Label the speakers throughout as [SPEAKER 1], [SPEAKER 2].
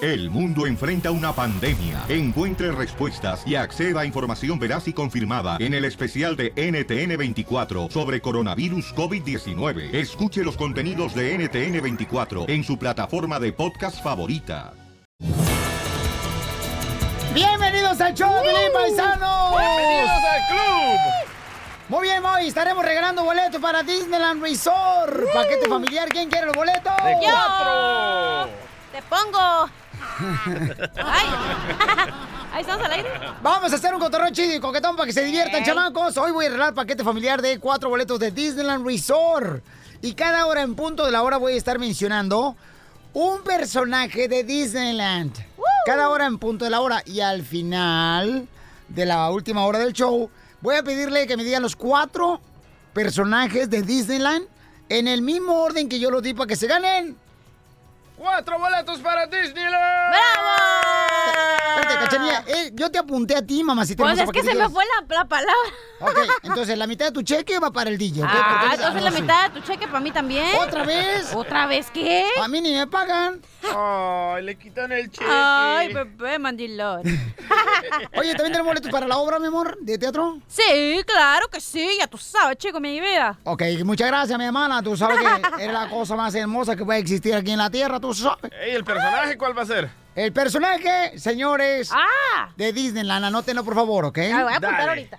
[SPEAKER 1] El mundo enfrenta una pandemia. Encuentre respuestas y acceda a información veraz y confirmada en el especial de NTN24 sobre coronavirus COVID-19. Escuche los contenidos de NTN24 en su plataforma de podcast favorita.
[SPEAKER 2] Bienvenidos al show, Pelín Paisanos.
[SPEAKER 3] Bienvenidos al club.
[SPEAKER 2] Muy bien, hoy estaremos regalando boletos para Disneyland Resort. Paquete familiar, ¿quién quiere los boletos?
[SPEAKER 3] De cuatro.
[SPEAKER 4] Te pongo. Ay. Ahí estamos al aire.
[SPEAKER 2] Vamos a hacer un cotorreo chido y coquetón para que se diviertan,
[SPEAKER 4] Ey.
[SPEAKER 2] chamacos. Hoy voy a regalar paquete familiar de cuatro boletos de Disneyland Resort. Y cada hora en punto de la hora voy a estar mencionando un personaje de Disneyland. Cada hora en punto de la hora. Y al final de la última hora del show, voy a pedirle que me digan los cuatro personajes de Disneyland en el mismo orden que yo los di para que se ganen.
[SPEAKER 3] Cuatro boletos para Disneyland.
[SPEAKER 2] Espérate, Cachanilla, eh, yo te apunté a ti, mamá, si
[SPEAKER 4] Ah. Pues es que se me fue la, la palabra.
[SPEAKER 2] Ok, entonces la mitad de tu cheque va para el DJ. ¿ok?
[SPEAKER 4] Ah,
[SPEAKER 2] Porque-
[SPEAKER 4] entonces la mitad de tu cheque para mí también.
[SPEAKER 2] ¿Otra vez?
[SPEAKER 4] ¿Otra vez qué?
[SPEAKER 2] A mí ni me pagan.
[SPEAKER 3] Ay, le quitan el cheque.
[SPEAKER 4] Ay, bebé, mandilón.
[SPEAKER 2] Oye, ¿también tenemos boletos para la obra, mi amor, de teatro?
[SPEAKER 4] Sí, claro que sí, ya tú sabes, chico, mi vida.
[SPEAKER 2] Ok, muchas gracias, mi hermana. Tú sabes que eres la cosa más hermosa que puede existir aquí en la Tierra, tú sabes.
[SPEAKER 3] Ey, ¿el personaje cuál va a ser?
[SPEAKER 2] El personaje, señores,
[SPEAKER 4] Ah,
[SPEAKER 2] de Disneyland, anótenlo por favor, ¿ok?
[SPEAKER 4] la Ah, voy a apuntar
[SPEAKER 3] Dale.
[SPEAKER 4] ahorita.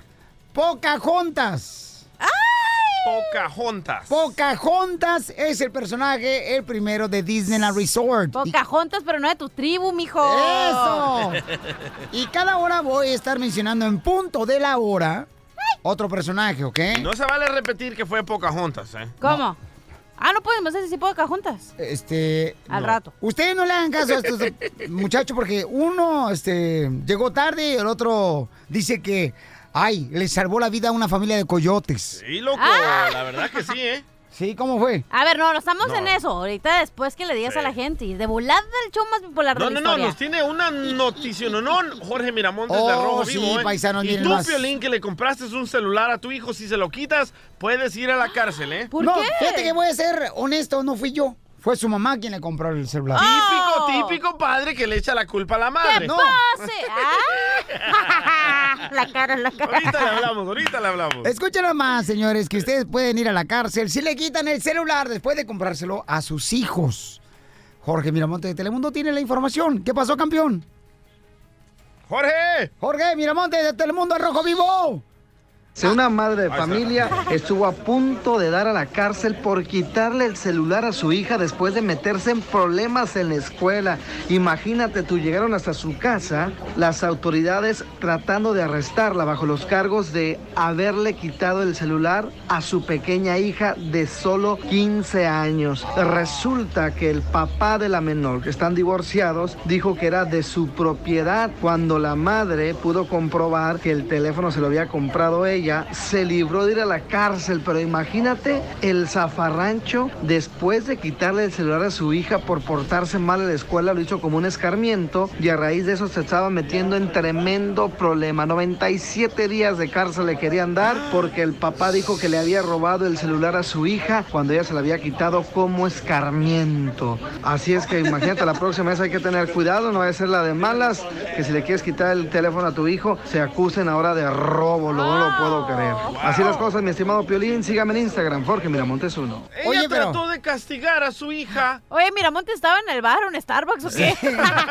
[SPEAKER 2] Pocahontas.
[SPEAKER 3] Pocahontas.
[SPEAKER 2] Pocahontas es el personaje, el primero de Disneyland Resort. Y-
[SPEAKER 4] Pocahontas, pero no de tu tribu, mijo.
[SPEAKER 2] ¡Eso! Y cada hora voy a estar mencionando en punto de la hora otro personaje, ¿ok?
[SPEAKER 3] No se vale repetir que fue Pocahontas, ¿eh?
[SPEAKER 4] ¿Cómo? Ah, no podemos hacer si Pocahontas.
[SPEAKER 2] Este.
[SPEAKER 4] Al rato.
[SPEAKER 2] Ustedes no le hagan caso a estos muchachos porque uno este, llegó tarde y el otro dice que, ay, le salvó la vida a una familia de coyotes.
[SPEAKER 3] Sí, loco.
[SPEAKER 4] Ah.
[SPEAKER 3] La verdad que sí, ¿eh?
[SPEAKER 2] ¿Sí? ¿Cómo fue?
[SPEAKER 4] A ver, no, no estamos
[SPEAKER 3] No.
[SPEAKER 4] en eso. Ahorita después que le digas
[SPEAKER 3] Sí.
[SPEAKER 4] a la gente. Y de volada el show más bipolar
[SPEAKER 3] No,
[SPEAKER 4] de la
[SPEAKER 3] no, no, nos
[SPEAKER 4] historia.
[SPEAKER 3] tiene una noticia, no, no, Jorge Miramontes de
[SPEAKER 2] Oh,
[SPEAKER 3] Rojo
[SPEAKER 2] sí,
[SPEAKER 3] Vivo, ¿eh?
[SPEAKER 2] paisanos,
[SPEAKER 3] y
[SPEAKER 2] miren
[SPEAKER 3] tú,
[SPEAKER 2] más.
[SPEAKER 3] Piolín, que le compraste un celular a tu hijo, si se lo quitas, puedes ir a la cárcel, ¿eh?
[SPEAKER 4] ¿Por
[SPEAKER 2] no,
[SPEAKER 4] qué?
[SPEAKER 2] fíjate que voy a ser honesto, no fui yo. Fue su mamá quien le compró el celular.
[SPEAKER 4] Oh.
[SPEAKER 3] Típico, típico padre que le echa la culpa a la
[SPEAKER 4] ¿Qué
[SPEAKER 3] madre.
[SPEAKER 2] No.
[SPEAKER 4] pase? Ah. la cara, la cara.
[SPEAKER 3] Ahorita le hablamos, ahorita le hablamos.
[SPEAKER 2] Escúchenlo más, señores, que ustedes pueden ir a la cárcel si le quitan el celular después de comprárselo a sus hijos. Jorge Miramonte de Telemundo tiene la información. ¿Qué pasó, campeón?
[SPEAKER 3] ¡Jorge!
[SPEAKER 2] Jorge Miramonte de Telemundo al Rojo Vivo.
[SPEAKER 5] Si una madre de
[SPEAKER 3] Ahí está.
[SPEAKER 5] familia estuvo a punto de dar a la cárcel por quitarle el celular a su hija después de meterse en problemas en la escuela. Imagínate, tú llegaron hasta su casa, las autoridades tratando de arrestarla bajo los cargos de haberle quitado el celular a su pequeña hija de solo 15 años. Resulta que el papá de la menor, que están divorciados, dijo que era de su propiedad cuando la madre pudo comprobar que el teléfono se lo había comprado ella, se libró de ir a la cárcel, pero imagínate el zafarrancho después de quitarle el celular a su hija por portarse mal en la escuela, lo hizo como un escarmiento y a raíz de eso se estaba metiendo en tremendo problema. 97 días de cárcel le querían dar porque el papá dijo que le había robado el celular a su hija cuando ella se lo había quitado como escarmiento. Así es que imagínate, la próxima vez hay que tener cuidado, no va a ser la de malas, que si le quieres quitar el teléfono a tu hijo, se acusen ahora de robo, lo, no lo
[SPEAKER 3] Ah,
[SPEAKER 5] puedo creer. Así las cosas, mi estimado Piolín, sígame en Instagram, Jorge Miramontes uno.
[SPEAKER 3] Ella
[SPEAKER 2] Oye, pero-
[SPEAKER 3] trató de castigar a su hija.
[SPEAKER 4] Oye, Miramonte estaba en el bar o en Starbucks o qué.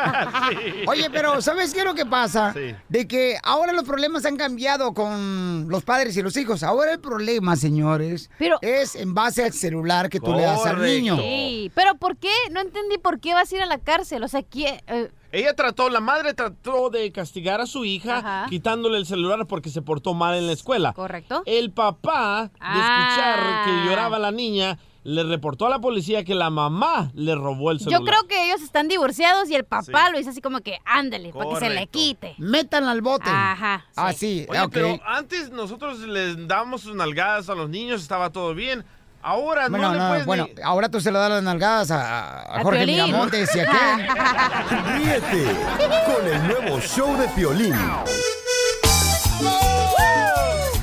[SPEAKER 2] Oye, pero ¿sabes qué es lo que pasa?
[SPEAKER 3] Sí.
[SPEAKER 2] De que ahora los problemas han cambiado con los padres y los hijos. Ahora el problema, señores,
[SPEAKER 4] Pero-
[SPEAKER 2] es en base al celular que tú le das al
[SPEAKER 3] Correcto.
[SPEAKER 2] niño.
[SPEAKER 4] Sí, pero ¿por qué? No entendí por qué vas a ir a la cárcel. O sea, ¿quién? eh,
[SPEAKER 3] Ella trató, la madre trató de castigar a su hija
[SPEAKER 4] Ajá.
[SPEAKER 3] quitándole el celular porque se portó mal en la escuela.
[SPEAKER 4] ¿Correcto?
[SPEAKER 3] El papá, de
[SPEAKER 4] Ah.
[SPEAKER 3] escuchar que lloraba la niña, le reportó a la policía que la mamá le robó el celular.
[SPEAKER 4] Yo creo que ellos están divorciados y el papá
[SPEAKER 3] Sí.
[SPEAKER 4] lo dice así como que ándale, para que se le
[SPEAKER 3] Correcto.
[SPEAKER 4] quite.
[SPEAKER 2] Métanla al bote.
[SPEAKER 4] Ajá, sí.
[SPEAKER 2] Así,
[SPEAKER 3] Oye,
[SPEAKER 2] Ah, ok.
[SPEAKER 3] pero antes nosotros les dábamos sus nalgadas a los niños, estaba todo bien. Ahora
[SPEAKER 2] Bueno,
[SPEAKER 3] no le
[SPEAKER 2] no,
[SPEAKER 3] puedes
[SPEAKER 2] bueno,
[SPEAKER 3] ni-
[SPEAKER 2] ahora tú se lo das las nalgadas a, a
[SPEAKER 4] A
[SPEAKER 2] Jorge
[SPEAKER 4] Piolín.
[SPEAKER 2] Miramontes y a quién.
[SPEAKER 6] Ríete con el nuevo show de Piolín.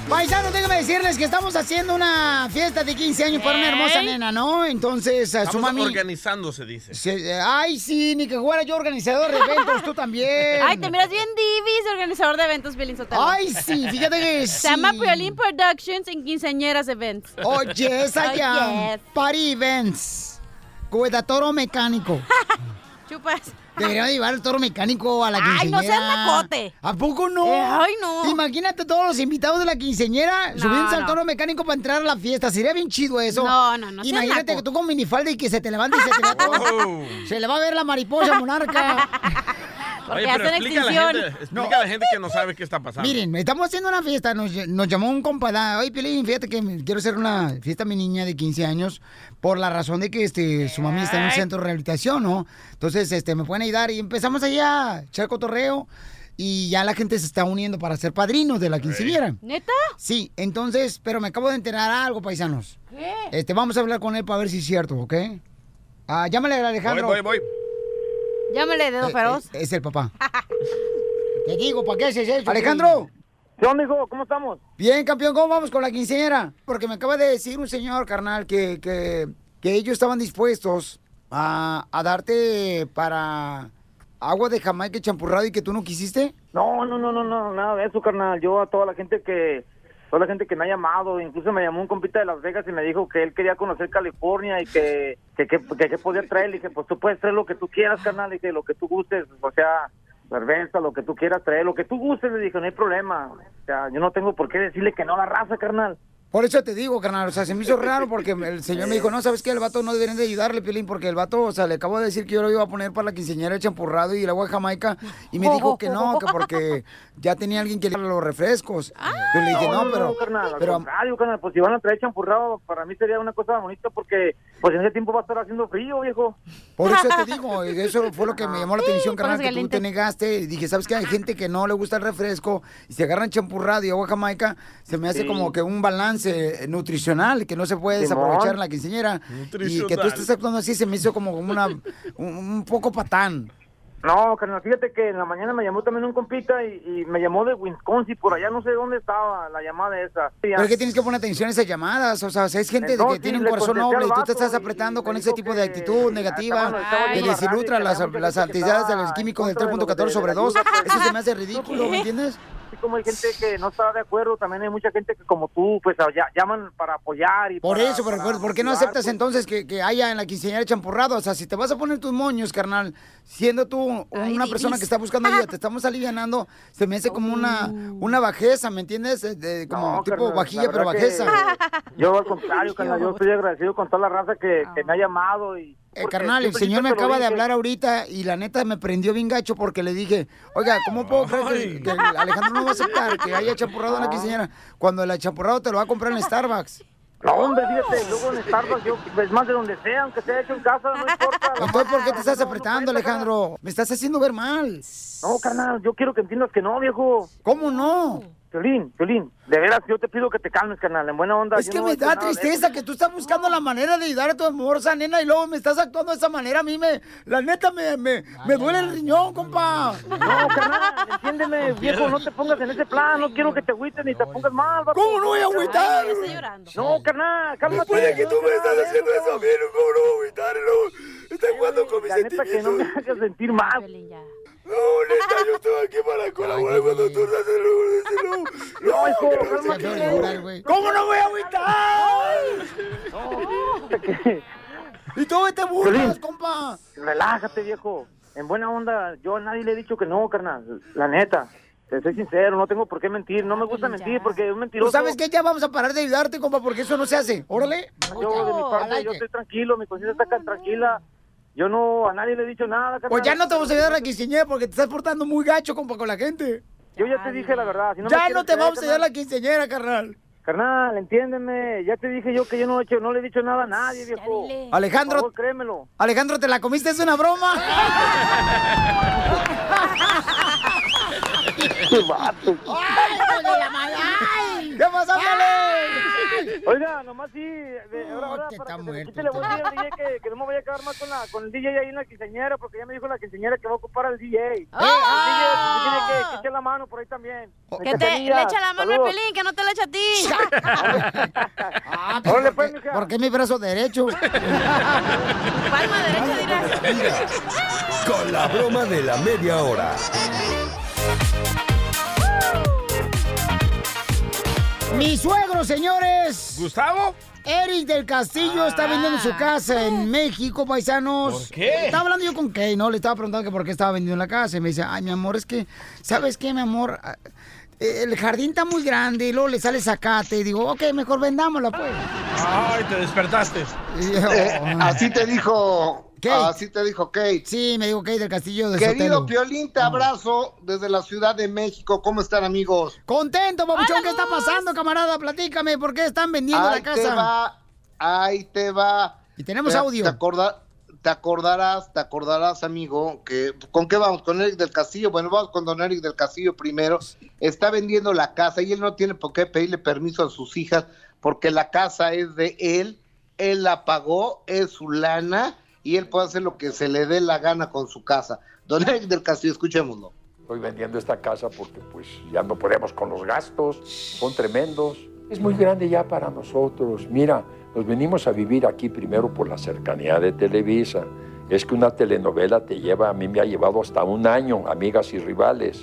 [SPEAKER 2] Paisanos, déjenme decirles que estamos haciendo una fiesta de 15 años para una hermosa
[SPEAKER 3] ¿Eh?
[SPEAKER 7] Ey.
[SPEAKER 2] nena, ¿no? Entonces, a su
[SPEAKER 7] Estamos
[SPEAKER 2] mami...
[SPEAKER 7] organizando, se dice.
[SPEAKER 2] se- eh, ay, sí, ni que jugara yo organizador de eventos, tú también.
[SPEAKER 4] Ay, te miras bien divis, organizador de eventos, Piolín Sotelo.
[SPEAKER 2] Ay, sí, fíjate que
[SPEAKER 4] Se llama
[SPEAKER 2] sí.
[SPEAKER 4] Piolín Productions en quinceañeras events.
[SPEAKER 2] Oye, esa
[SPEAKER 4] Oh,
[SPEAKER 2] ya.
[SPEAKER 4] yes.
[SPEAKER 2] Party Events. Cueta toro mecánico.
[SPEAKER 4] Chupas.
[SPEAKER 2] Debería llevar el toro mecánico a la quinceañera.
[SPEAKER 4] Ay, no seas nacote.
[SPEAKER 2] ¿A poco no?
[SPEAKER 4] Eh, ay, no.
[SPEAKER 2] Imagínate todos los invitados de la quinceañera
[SPEAKER 4] No,
[SPEAKER 2] subiéndose al
[SPEAKER 4] no.
[SPEAKER 2] toro mecánico para entrar a la fiesta. Sería bien chido eso.
[SPEAKER 4] No, no, no seas
[SPEAKER 2] Imagínate
[SPEAKER 4] naco.
[SPEAKER 2] que tú con minifalda y que se te levante y se te le,
[SPEAKER 3] Oh.
[SPEAKER 2] se le va a ver la mariposa monarca.
[SPEAKER 4] Porque
[SPEAKER 3] Oye,
[SPEAKER 4] ya
[SPEAKER 3] pero
[SPEAKER 4] está en
[SPEAKER 3] explica a la
[SPEAKER 4] extinción.
[SPEAKER 3] gente, explica a la gente que no sabe qué está pasando.
[SPEAKER 2] Miren, estamos haciendo una fiesta, nos, ll- nos llamó un compadre, oye Piolín, fíjate que me- quiero hacer una fiesta a mi niña de 15 años por la razón de que este, su mami está en un
[SPEAKER 3] ¿Eh?
[SPEAKER 2] centro de rehabilitación, ¿no? Entonces, este, me pueden ayudar y empezamos allá a echar cotorreo y ya la gente se está uniendo para ser padrinos de la quinceañera.
[SPEAKER 4] ¿Neta?
[SPEAKER 2] Sí, entonces, pero me acabo de enterar algo, paisanos.
[SPEAKER 4] ¿Qué?
[SPEAKER 2] Este, vamos a hablar con él para ver si es cierto, ¿ok? Ah, llámale a
[SPEAKER 3] Voy,
[SPEAKER 2] Alejandro.
[SPEAKER 3] voy, voy.
[SPEAKER 4] Llámale dedo feroz.
[SPEAKER 2] Eh, eh, es el papá. Te digo, ¿para qué haces eso? Alejandro.
[SPEAKER 8] ¿Qué onda, hijo? ¿Cómo estamos?
[SPEAKER 2] Bien, campeón, ¿cómo vamos con la quinceañera? Porque me acaba de decir un señor, carnal, que, que, que ellos estaban dispuestos a, a darte para agua de Jamaica y champurrado y que tú no quisiste.
[SPEAKER 8] No, no, no, no, no, nada de eso, carnal. Yo a toda la gente que toda la gente que me ha llamado, incluso me llamó un compita de Las Vegas y me dijo que él quería conocer California y que que, que, que- que podía traer. Le dije, pues tú puedes traer lo que tú quieras, carnal, y que lo que tú gustes, o sea, cerveza, lo que tú quieras traer, lo que tú gustes, le dije, no hay problema. O sea, yo no tengo por qué decirle que no a la raza, carnal.
[SPEAKER 2] Por eso te digo, carnal, o sea, se me hizo raro porque el señor me dijo, no, ¿sabes qué? El vato no deberían de ayudarle, Piolín, porque el vato, o sea, le acabo de decir que yo lo iba a poner para la quinceañera el champurrado y el agua de Jamaica y me dijo que no, que porque ya tenía alguien que le los refrescos. Yo le dije, no, pero...
[SPEAKER 8] carnal, al
[SPEAKER 2] pero
[SPEAKER 8] contrario, carnal, pues si van a traer champurrado, para mí sería una cosa bonita porque pues en ese tiempo va a estar haciendo frío, viejo.
[SPEAKER 2] Por eso te digo, eso fue lo que me llamó la atención, carnal, que tú
[SPEAKER 4] caliente.
[SPEAKER 2] te negaste. Y dije, ¿sabes qué? Hay gente que no le gusta el refresco y se agarran champurrado y agua jamaica. Se me hace
[SPEAKER 8] Sí.
[SPEAKER 2] como que un balance eh, nutricional que no se puede
[SPEAKER 8] Simón.
[SPEAKER 2] desaprovechar en la quinceañera. Y que tú
[SPEAKER 3] Nutricional.
[SPEAKER 2] estés actuando así se me hizo como una, un, un poco patán.
[SPEAKER 8] No, carnal, fíjate que en la mañana me llamó también un compita y, y me llamó de Wisconsin, por allá no sé dónde estaba la llamada esa.
[SPEAKER 2] Pero es que tienes que poner atención a esas llamadas. O sea, si es gente de que
[SPEAKER 8] Entonces,
[SPEAKER 2] tiene un
[SPEAKER 8] le
[SPEAKER 2] corazón
[SPEAKER 8] contesté al
[SPEAKER 2] noble y tú te
[SPEAKER 8] vato
[SPEAKER 2] estás
[SPEAKER 8] y-
[SPEAKER 2] apretando
[SPEAKER 8] y
[SPEAKER 2] con
[SPEAKER 8] me
[SPEAKER 2] ese
[SPEAKER 8] dijo
[SPEAKER 2] tipo de
[SPEAKER 8] que
[SPEAKER 2] actitud
[SPEAKER 8] estaban-
[SPEAKER 2] negativa
[SPEAKER 8] estaban
[SPEAKER 2] que
[SPEAKER 8] oyendo la radio
[SPEAKER 2] desilutra
[SPEAKER 8] y que
[SPEAKER 2] las,
[SPEAKER 8] había mucha
[SPEAKER 2] las
[SPEAKER 8] gente que
[SPEAKER 2] actividades
[SPEAKER 8] estaba
[SPEAKER 2] del químico del
[SPEAKER 8] en contra de lo
[SPEAKER 2] 3.14
[SPEAKER 8] que-
[SPEAKER 2] sobre
[SPEAKER 8] de la
[SPEAKER 2] 2.
[SPEAKER 8] ayuda, pues.
[SPEAKER 2] Eso se me hace ridículo, ¿me entiendes?
[SPEAKER 8] Así como hay gente que no está de acuerdo, también hay mucha gente que como tú, pues ya- llaman para apoyar y
[SPEAKER 2] Por
[SPEAKER 8] para-
[SPEAKER 2] eso, pero
[SPEAKER 8] para
[SPEAKER 2] ¿por- ¿por qué no
[SPEAKER 8] motivar,
[SPEAKER 2] aceptas
[SPEAKER 8] pues.
[SPEAKER 2] entonces que, que haya en la quinceañera champurrado? O sea, si te vas a poner tus moños, carnal, siendo tú una
[SPEAKER 4] Davis.
[SPEAKER 2] persona que está buscando ayuda, te estamos alivianando, se me hace como una, una bajeza, ¿me entiendes? Eh, de- como
[SPEAKER 8] Oh. No,
[SPEAKER 2] tipo
[SPEAKER 8] carnal, la
[SPEAKER 2] vajilla, pero
[SPEAKER 8] verdad que
[SPEAKER 2] bajeza.
[SPEAKER 8] Yo al contrario, carnal, yo estoy agradecido con toda la raza que, que me ha llamado y...
[SPEAKER 2] Ah. Eh,
[SPEAKER 8] porque
[SPEAKER 2] carnal, el
[SPEAKER 8] siempre
[SPEAKER 2] señor
[SPEAKER 8] yo
[SPEAKER 2] me
[SPEAKER 8] te lo
[SPEAKER 2] acaba de
[SPEAKER 8] dije.
[SPEAKER 2] hablar ahorita y la neta me prendió bien gacho porque le dije, oiga, ¿cómo puedo creer que, que Alejandro no va a aceptar que haya champurrado en la quinceañera cuando el champurrado te lo va a comprar en Starbucks?
[SPEAKER 8] No, hombre, fíjate, luego en Starbucks, yo, es Pues más de donde sea, aunque sea hecho en casa, no importa.
[SPEAKER 2] Entonces, ¿por qué te estás
[SPEAKER 8] No, no
[SPEAKER 2] apretando,
[SPEAKER 8] cuenta, carnal.
[SPEAKER 2] Alejandro? Me estás haciendo ver mal.
[SPEAKER 8] No, carnal, yo quiero que entiendas que no, viejo.
[SPEAKER 2] ¿Cómo no?
[SPEAKER 8] Violín, Violín, de veras, yo te pido que te calmes, carnal, en buena onda.
[SPEAKER 2] Es
[SPEAKER 8] yo
[SPEAKER 2] que
[SPEAKER 8] no
[SPEAKER 2] me
[SPEAKER 8] he hecho
[SPEAKER 2] da
[SPEAKER 8] nada de eso.
[SPEAKER 2] tristeza que tú estás buscando la manera de ayudar a tu amorosa nena y luego me estás actuando de esa manera. A mí me, la neta, me, me, me duele el riñón, compa.
[SPEAKER 8] No, carnal, entiéndeme, viejo, no te pongas en ese plan, no quiero que te agüites ni te pongas mal. vato.
[SPEAKER 2] ¿Cómo no voy a agüitar?
[SPEAKER 4] Ay, estoy llorando.
[SPEAKER 8] No, carnal, cálmate.
[SPEAKER 2] amigo, ¿cómo no voy a agüitarlo? Estás jugando con
[SPEAKER 8] La neta que no me hagas sentir mal.
[SPEAKER 4] Piolín, ya.
[SPEAKER 2] neta, yo estoy aquí para colaborar cuando tú estás en
[SPEAKER 8] No, hijo, cálmate.
[SPEAKER 2] ¿Cómo no voy a agüitar? Y todo este burlas,
[SPEAKER 8] Piolín.
[SPEAKER 2] compa.
[SPEAKER 8] Relájate, viejo. En buena onda, yo a nadie le he dicho que no, carnal. La neta. Te soy sincero, no tengo por qué mentir. No me gusta mentir porque es un mentiroso.
[SPEAKER 2] ¿Tú sabes qué? Ya vamos a parar de ayudarte, compa, porque eso no se hace. Órale.
[SPEAKER 8] Yo, de mi parte, yo estoy tranquilo, mi conciencia está acá tranquila. Yo no, a nadie le he dicho nada, carnal.
[SPEAKER 2] Pues ya no te vamos a ayudar a la quinceañera porque te estás portando muy gacho, compa, con la gente.
[SPEAKER 8] Yo ya te dije la verdad. si me
[SPEAKER 2] ya
[SPEAKER 8] quieres
[SPEAKER 2] no te
[SPEAKER 8] creer,
[SPEAKER 2] vamos a ayudar a la
[SPEAKER 8] carnal-
[SPEAKER 2] quinceañera, carnal.
[SPEAKER 8] Carnal, entiéndeme. Ya te dije yo que yo no, he hecho, no le he dicho nada a nadie, viejo.
[SPEAKER 4] dile.
[SPEAKER 8] Por
[SPEAKER 2] Alejandro,
[SPEAKER 8] favor, créemelo.
[SPEAKER 2] Alejandro, ¿te la comiste? ¿Es una broma?
[SPEAKER 8] Qué vato.
[SPEAKER 2] ¡Ay, hijo de la mala! ¿Qué pasó, Alex?
[SPEAKER 9] Oiga, nomás sí, de, ahora, ahora, para que se me quite, le voy a decir al DJ que, que no me voy a quedar más con, la, con el DJ ahí en la quinceañera, porque ya me dijo la quinceañera que va a ocupar al
[SPEAKER 4] ¡Oh!
[SPEAKER 9] DJ. El DJ
[SPEAKER 4] ah.
[SPEAKER 9] tiene que, que echar la mano por ahí también.
[SPEAKER 4] Que te le echa la mano al
[SPEAKER 9] Saludos.
[SPEAKER 4] pelín, que no te la echa a ti.
[SPEAKER 2] Ah, pues, ¿por, qué, por qué mi brazo derecho?
[SPEAKER 4] Palma derecha dirás.
[SPEAKER 6] Con la broma de la media hora.
[SPEAKER 2] Mi suegro, señores. ¿Gustavo? Eric del Castillo está vendiendo su casa en México, paisanos.
[SPEAKER 10] Ah. ¿Por qué?
[SPEAKER 2] Estaba hablando yo con Kay, ¿no? Le estaba preguntando que por qué estaba vendiendo la casa. Y me dice, ay, mi amor, es que, ¿sabes qué, mi amor? Ah, eh, El jardín está muy grande y luego le sale zacate. Y digo, ok, mejor vendámosla, pues.
[SPEAKER 10] Ay, te despertaste.
[SPEAKER 11] Eh, así te dijo.
[SPEAKER 2] oh, ¿Qué?
[SPEAKER 11] Así te dijo Kate.
[SPEAKER 2] Sí, me dijo Kate del Castillo de
[SPEAKER 11] Querido
[SPEAKER 2] Sotelo. Mm.
[SPEAKER 11] Piolín, te abrazo desde la Ciudad de México. ¿Cómo están, amigos?
[SPEAKER 2] Contento, papuchón, ¿qué está pasando, camarada? Platícame, ¿por qué están vendiendo
[SPEAKER 11] Ahí
[SPEAKER 2] la casa?
[SPEAKER 11] te va, ahí te va.
[SPEAKER 2] Y tenemos audio.
[SPEAKER 11] Te, acorda- te acordarás, te acordarás, amigo, que ¿con qué vamos? Con Eric del Castillo. Bueno, vamos con don Eric del Castillo primero. Está vendiendo la casa y él no tiene por qué pedirle permiso a sus hijas porque la casa es de él, él la pagó, es su lana y él puede hacer lo que se le dé la gana con su casa. Don Eric del Castillo, escuchémoslo.
[SPEAKER 12] Estoy vendiendo esta casa porque pues ya no podemos con los gastos, son tremendos. Es muy grande ya para nosotros. Mira, nos venimos a vivir aquí primero por la cercanía de Televisa. Es que una telenovela te lleva, a mí me ha llevado hasta un año, amigas y rivales.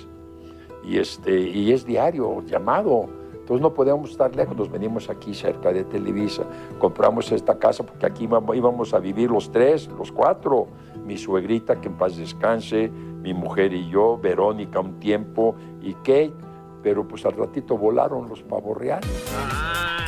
[SPEAKER 12] Y, este, y es diario, llamado. Entonces no podíamos estar lejos, nos venimos aquí cerca de Televisa. Compramos esta casa porque aquí íbamos- íbamos a vivir los tres, los cuatro. Mi suegrita, que en paz descanse, mi mujer y yo, Verónica un tiempo y Kate. Pero pues al ratito volaron los pavos reales.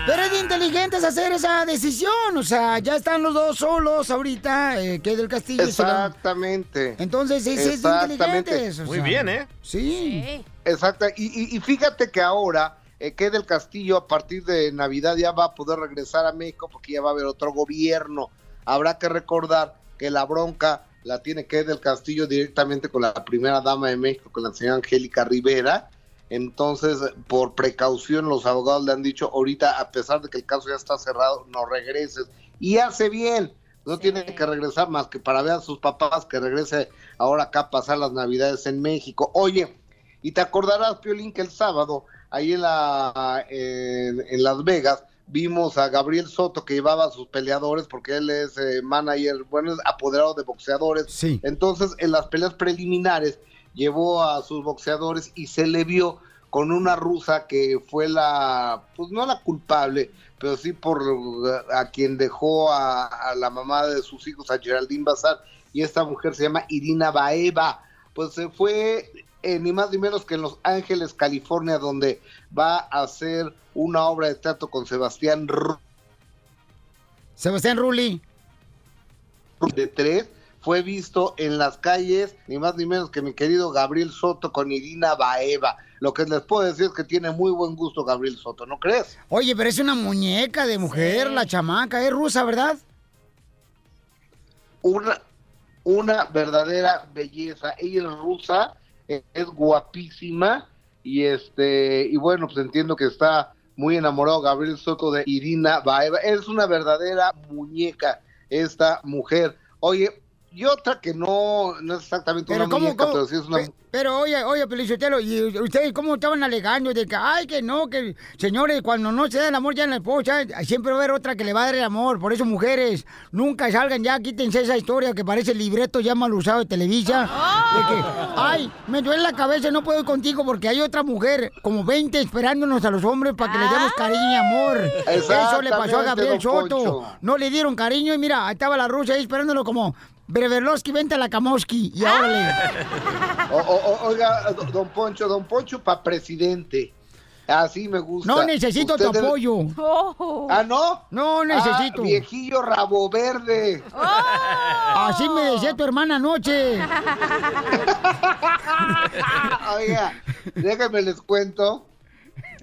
[SPEAKER 2] Pero es de inteligentes hacer esa decisión. O sea, ya están los dos solos ahorita, eh, que del castillo. y se la-
[SPEAKER 11] Exactamente.
[SPEAKER 2] Entonces, sí, sí, es de
[SPEAKER 11] Exactamente.
[SPEAKER 2] inteligentes. o
[SPEAKER 11] Muy
[SPEAKER 2] sea.
[SPEAKER 11] bien, ¿eh?
[SPEAKER 2] Sí.
[SPEAKER 11] Exacto. Y, y- y fíjate que ahora, eh, que del Castillo a partir de Navidad ya va a poder regresar a México porque ya va a haber otro gobierno. Habrá que recordar que la bronca la tiene que del Castillo directamente con la primera dama de México, con la señora Angélica Rivera. Entonces, por precaución, los abogados le han dicho, ahorita, a pesar de que el caso ya está cerrado, no regreses. Y hace bien, no tiene que regresar más que para ver a sus papás que regrese ahora acá a pasar las navidades en México. Oye, y te acordarás, Piolín, que el sábado, ahí en, la, en, en Las Vegas, vimos a Gabriel Soto que llevaba a sus peleadores, porque él es eh, manager, bueno, es apoderado de boxeadores.
[SPEAKER 2] Sí.
[SPEAKER 11] Entonces, en las peleas preliminares, llevó a sus boxeadores y se le vio con una rusa que fue la, pues no la culpable, pero sí por eh, a quien dejó a, a la mamá de sus hijos, a Geraldine Bazar, y esta mujer se llama Irina Baeva. Pues se fue eh, ni más ni menos que en Los Ángeles, California, donde va a hacer una obra de teatro con Sebastián Ru-
[SPEAKER 2] Sebastián Rulli.
[SPEAKER 11] de tres fue visto en las calles, ni más ni menos que mi querido Gabriel Soto con Irina Baeva. Lo que les puedo decir es que tiene muy buen gusto Gabriel Soto, ¿no crees?
[SPEAKER 2] Oye, pero es una muñeca de mujer, la chamaca, es rusa, ¿verdad?
[SPEAKER 11] Una, una verdadera belleza. Ella es rusa, eh, es guapísima y este y bueno, pues entiendo que está muy enamorado Gabriel Soto de Irina Baeva. Es una verdadera muñeca esta mujer. Oye, y otra que no, no es exactamente
[SPEAKER 2] Pero
[SPEAKER 11] una
[SPEAKER 2] ¿cómo,
[SPEAKER 11] muñeca,
[SPEAKER 2] cómo?
[SPEAKER 11] pero sí es una
[SPEAKER 2] Pe- Pero oye, oye, Pelichotelo, ¿y ustedes cómo estaban alegando de que, ay, que no, que, señores, cuando no se da el amor ya en la esposa, siempre va a haber otra que le va a dar el amor. Por eso, mujeres, nunca salgan ya, quítense esa historia que parece libreto ya mal usado de Televisa. De que, ay, me duele la cabeza, no puedo ir contigo porque hay otra mujer, como 20, esperándonos a los hombres para que les demos cariño y amor. Eso le pasó a
[SPEAKER 11] Exactamente,
[SPEAKER 2] Gabriel
[SPEAKER 11] don
[SPEAKER 2] Soto.
[SPEAKER 11] Poncho.
[SPEAKER 2] No le dieron cariño y mira, ahí estaba la rusa ahí esperándolo como... Breverlowski, vente a la Kamoski y
[SPEAKER 11] ¡Ah!
[SPEAKER 2] ahora
[SPEAKER 11] O- o- o- oiga, do- don Poncho, don Poncho para presidente. Así me gusta.
[SPEAKER 2] No necesito tu
[SPEAKER 11] Usted debe-
[SPEAKER 2] apoyo.
[SPEAKER 4] Oh.
[SPEAKER 11] ¿Ah, no?
[SPEAKER 2] No necesito.
[SPEAKER 11] Ah, viejillo rabo verde.
[SPEAKER 2] Así me decía tu hermana anoche.
[SPEAKER 11] Ah, Oiga, déjenme les cuento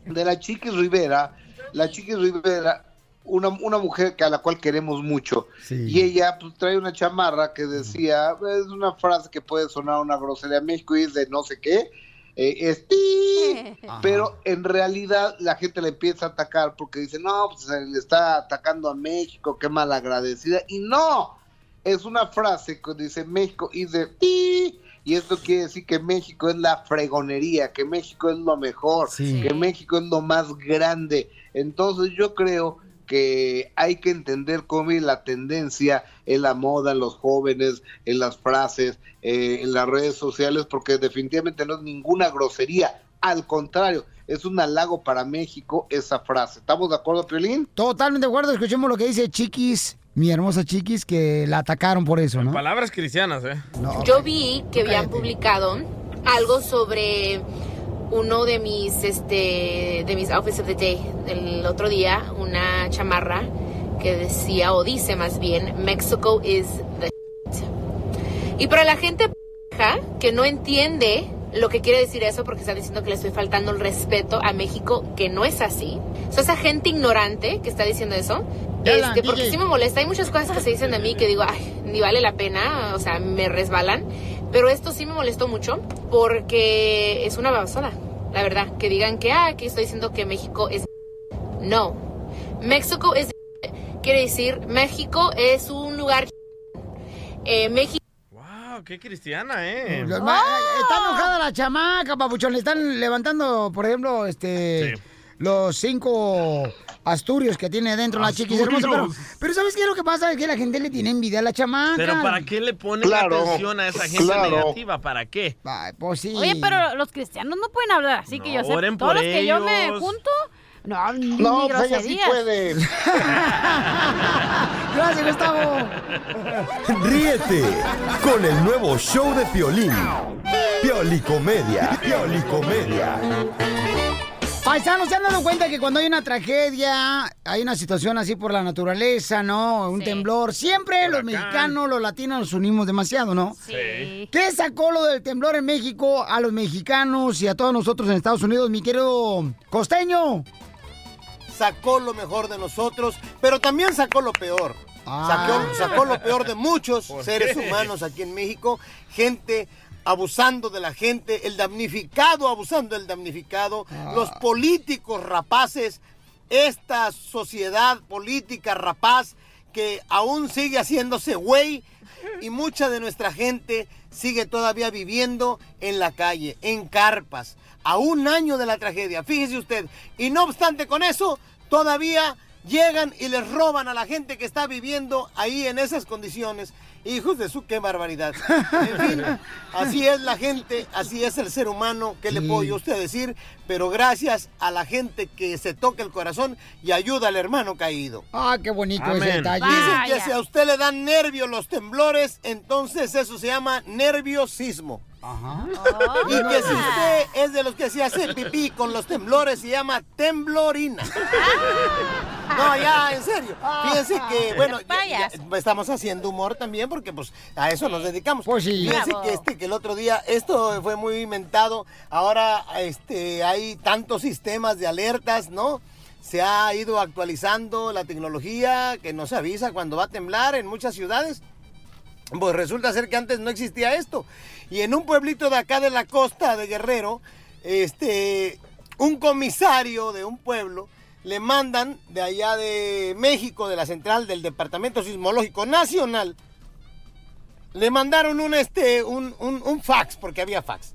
[SPEAKER 11] de la Chiquis Rivera. La Chiquis Rivera, una, una mujer que a la cual queremos mucho. Y ella pues, trae una chamarra que decía, es una frase que puede sonar una grosería en México y es de no sé qué. eh, es ti, pero en realidad la gente le empieza a atacar porque dice, no, pues eh, le está atacando a México, qué malagradecida, y no, es una frase que dice México y de ti, y esto quiere decir que México es la fregonería, que México es lo mejor,
[SPEAKER 13] Sí.
[SPEAKER 11] que México es lo más grande. Entonces yo creo que hay que entender cómo es la tendencia en la moda, en los jóvenes, en las frases, eh, en las redes sociales, porque definitivamente no es ninguna grosería. Al contrario, es un halago para México esa frase. ¿Estamos de acuerdo, Piolín?
[SPEAKER 2] Totalmente de acuerdo, escuchemos lo que dice Chiquis, mi hermosa Chiquis, que la atacaron por eso, ¿no?
[SPEAKER 3] Palabras cristianas, ¿eh?
[SPEAKER 14] Yo vi que habían publicado algo sobre uno de mis este de mis outfits of the day el otro día, una chamarra que decía o dice más bien Mexico is the shit". Y para la gente p***ja que no entiende lo que quiere decir eso porque están diciendo que le estoy faltando el respeto a México, que no es así. O sea, esa gente ignorante que está diciendo eso,
[SPEAKER 15] Ya la,
[SPEAKER 14] este, porque
[SPEAKER 15] DJ.
[SPEAKER 14] sí me molesta. Hay muchas cosas que se dicen de mí que digo, ay, ni vale la pena, o sea, me resbalan. Pero esto sí me molestó mucho porque es una babasada, la verdad. Que digan que, ah, que estoy diciendo que México es... No. México es... Quiere decir, México es un lugar... Eh, México...
[SPEAKER 3] Wow, qué Ah, cristiana, ¿eh?
[SPEAKER 2] Los ma-
[SPEAKER 4] Oh,
[SPEAKER 2] Está enojada la chamaca, papuchón. Le están levantando, por ejemplo, este. Los cinco asturios que tiene dentro la chiquis hermosa. Pero,
[SPEAKER 3] Asturios.
[SPEAKER 2] pero ¿sabes qué? Lo que pasa es que la gente le tiene envidia a la chamaca.
[SPEAKER 3] Pero ¿para qué le ponen
[SPEAKER 2] Claro,
[SPEAKER 3] atención a esa gente
[SPEAKER 2] claro.
[SPEAKER 3] negativa? ¿Para qué?
[SPEAKER 2] pues sí.
[SPEAKER 4] Oye, pero los cristianos no pueden hablar así que yo
[SPEAKER 3] No,
[SPEAKER 4] sé.
[SPEAKER 3] oren
[SPEAKER 4] todos los
[SPEAKER 3] por
[SPEAKER 4] que yo me
[SPEAKER 3] ellos.
[SPEAKER 4] junto, no, ni,
[SPEAKER 11] No,
[SPEAKER 4] ni
[SPEAKER 11] pues ella sí
[SPEAKER 4] groserías.
[SPEAKER 11] puede.
[SPEAKER 2] Gracias, Gustavo.
[SPEAKER 6] Ríete con el nuevo show de Piolín. Piolicomedia. Piolicomedia.
[SPEAKER 2] Paisanos, ¿se han dado cuenta que cuando hay una tragedia, hay una situación así por la naturaleza, ¿no? Un temblor. Siempre los mexicanos, los latinos nos unimos demasiado, ¿no?
[SPEAKER 15] Sí.
[SPEAKER 2] ¿Qué sacó lo del temblor en México a los mexicanos y a todos nosotros en Estados Unidos, mi querido costeño?
[SPEAKER 16] sacó lo mejor de nosotros, pero también sacó lo peor.
[SPEAKER 2] Ah.
[SPEAKER 16] Sacó, sacó lo peor de muchos
[SPEAKER 2] ¿Por
[SPEAKER 16] seres
[SPEAKER 2] qué?
[SPEAKER 16] humanos aquí en México, gente abusando de la gente, el damnificado abusando del damnificado,
[SPEAKER 2] Ah.
[SPEAKER 16] los políticos rapaces, esta sociedad política rapaz que aún sigue haciéndose güey y mucha de nuestra gente sigue todavía viviendo en la calle, en carpas, a un año de la tragedia, fíjese usted. Y no obstante con eso, todavía llegan y les roban a la gente que está viviendo ahí en esas condiciones. Hijos de su, qué barbaridad. En fin, así es la gente, así es el ser humano, ¿qué le puedo yo a usted decir? Pero gracias a la gente que se toca el corazón y ayuda al hermano caído.
[SPEAKER 2] Ah, qué bonito ese detalle.
[SPEAKER 16] Dicen que si a usted le dan nervios los temblores, entonces eso se llama nerviosismo. Y que si usted es de los que se hace pipí con los temblores, se llama temblorina. No, ya, en serio. Fíjense
[SPEAKER 4] Ah.
[SPEAKER 16] que, bueno, ya- ya estamos haciendo humor también porque pues a eso nos dedicamos. Pues
[SPEAKER 2] sí.
[SPEAKER 16] Fíjense
[SPEAKER 2] Bravo.
[SPEAKER 16] que este, que el otro día, esto fue muy inventado. Ahora este, hay tantos sistemas de alertas, ¿no? Se ha ido actualizando la tecnología que nos avisa cuando va a temblar en muchas ciudades. Pues resulta ser que antes no existía esto. Y en un pueblito de acá de la costa de Guerrero, este, un comisario de un pueblo le mandan de allá de México, de la central del Departamento Sismológico Nacional, le mandaron un, este, un, un- un fax, porque había fax.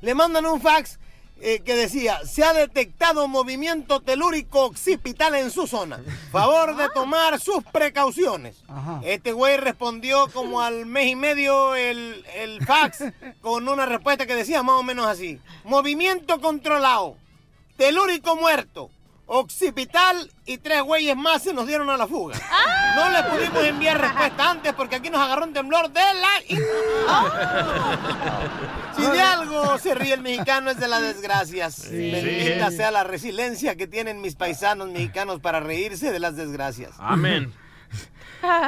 [SPEAKER 16] Le mandan un fax eh, que decía, se ha detectado movimiento telúrico occipital en su zona. Favor de tomar sus precauciones. Este güey respondió como al mes y medio el, el fax con una respuesta que decía más o menos así. Movimiento controlado, telúrico muerto, occipital y tres güeyes más se nos dieron a la fuga. No le pudimos enviar respuesta antes porque aquí nos agarró un temblor de la... Si de algo se ríe el mexicano es de las desgracias. Bendita sea la resiliencia que tienen mis paisanos mexicanos para reírse de las desgracias.
[SPEAKER 3] Amén.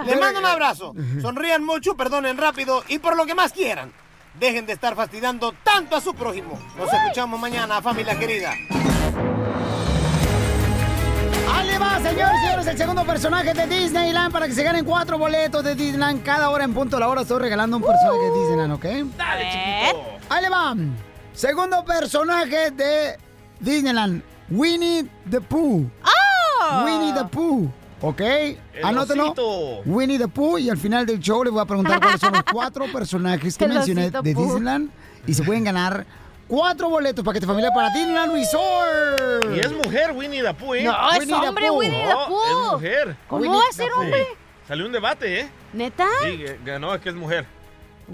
[SPEAKER 16] Les mando un abrazo. Sonrían mucho, perdonen rápido y por lo que más quieran. Dejen de estar fastidiando tanto a su prójimo. Nos escuchamos mañana, familia querida.
[SPEAKER 2] Ahí le va, señores, señores, el segundo personaje de Disneyland para que se ganen cuatro boletos de Disneyland. Cada hora en punto de la hora estoy regalando un personaje de Disneyland, ¿ok?
[SPEAKER 15] Dale, chiquito.
[SPEAKER 2] Ahí le va. Segundo personaje de Disneyland, Winnie the Pooh. Winnie the Pooh. ¿Ok? Anótelo.
[SPEAKER 3] Ah. osito.
[SPEAKER 2] Winnie the Pooh. Y al final del show les voy a preguntar cuáles son los cuatro personajes que
[SPEAKER 3] El
[SPEAKER 2] mencioné
[SPEAKER 3] osito
[SPEAKER 2] de
[SPEAKER 3] Pooh.
[SPEAKER 2] Disneyland. Y se pueden ganar cuatro boletos para que tu familia para Disneyland Resort.
[SPEAKER 3] Y es mujer Winnie the Pooh, ¿eh?
[SPEAKER 2] No, es Winnie the hombre, Pooh. Winnie the
[SPEAKER 3] No,
[SPEAKER 2] Pooh.
[SPEAKER 3] es mujer.
[SPEAKER 2] ¿Cómo Winnie va a the ser Pooh. hombre?
[SPEAKER 3] Sí. Salió un debate, ¿eh?
[SPEAKER 4] ¿Neta?
[SPEAKER 3] Sí, eh, ganó, es que es mujer.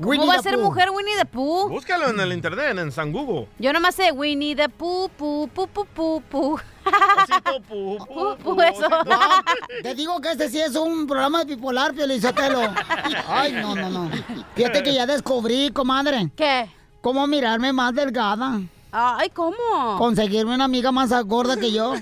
[SPEAKER 4] ¿Cómo va a ser mujer Winnie the Pooh?
[SPEAKER 3] Búscalo en el internet, en San Google.
[SPEAKER 4] Yo nomás sé Winnie the Pooh, Pooh, Pooh, Pooh, Pooh, Pooh.
[SPEAKER 3] Pooh,
[SPEAKER 4] Pooh, Pooh, eso.
[SPEAKER 2] Te digo que este sí es un programa bipolar, Piolizotelo. Ay, no, no, no. Fíjate que ya descubrí, comadre.
[SPEAKER 4] ¿Qué?
[SPEAKER 2] Cómo mirarme más delgada.
[SPEAKER 4] Ay, ¿cómo?
[SPEAKER 2] Conseguirme una amiga más gorda que yo.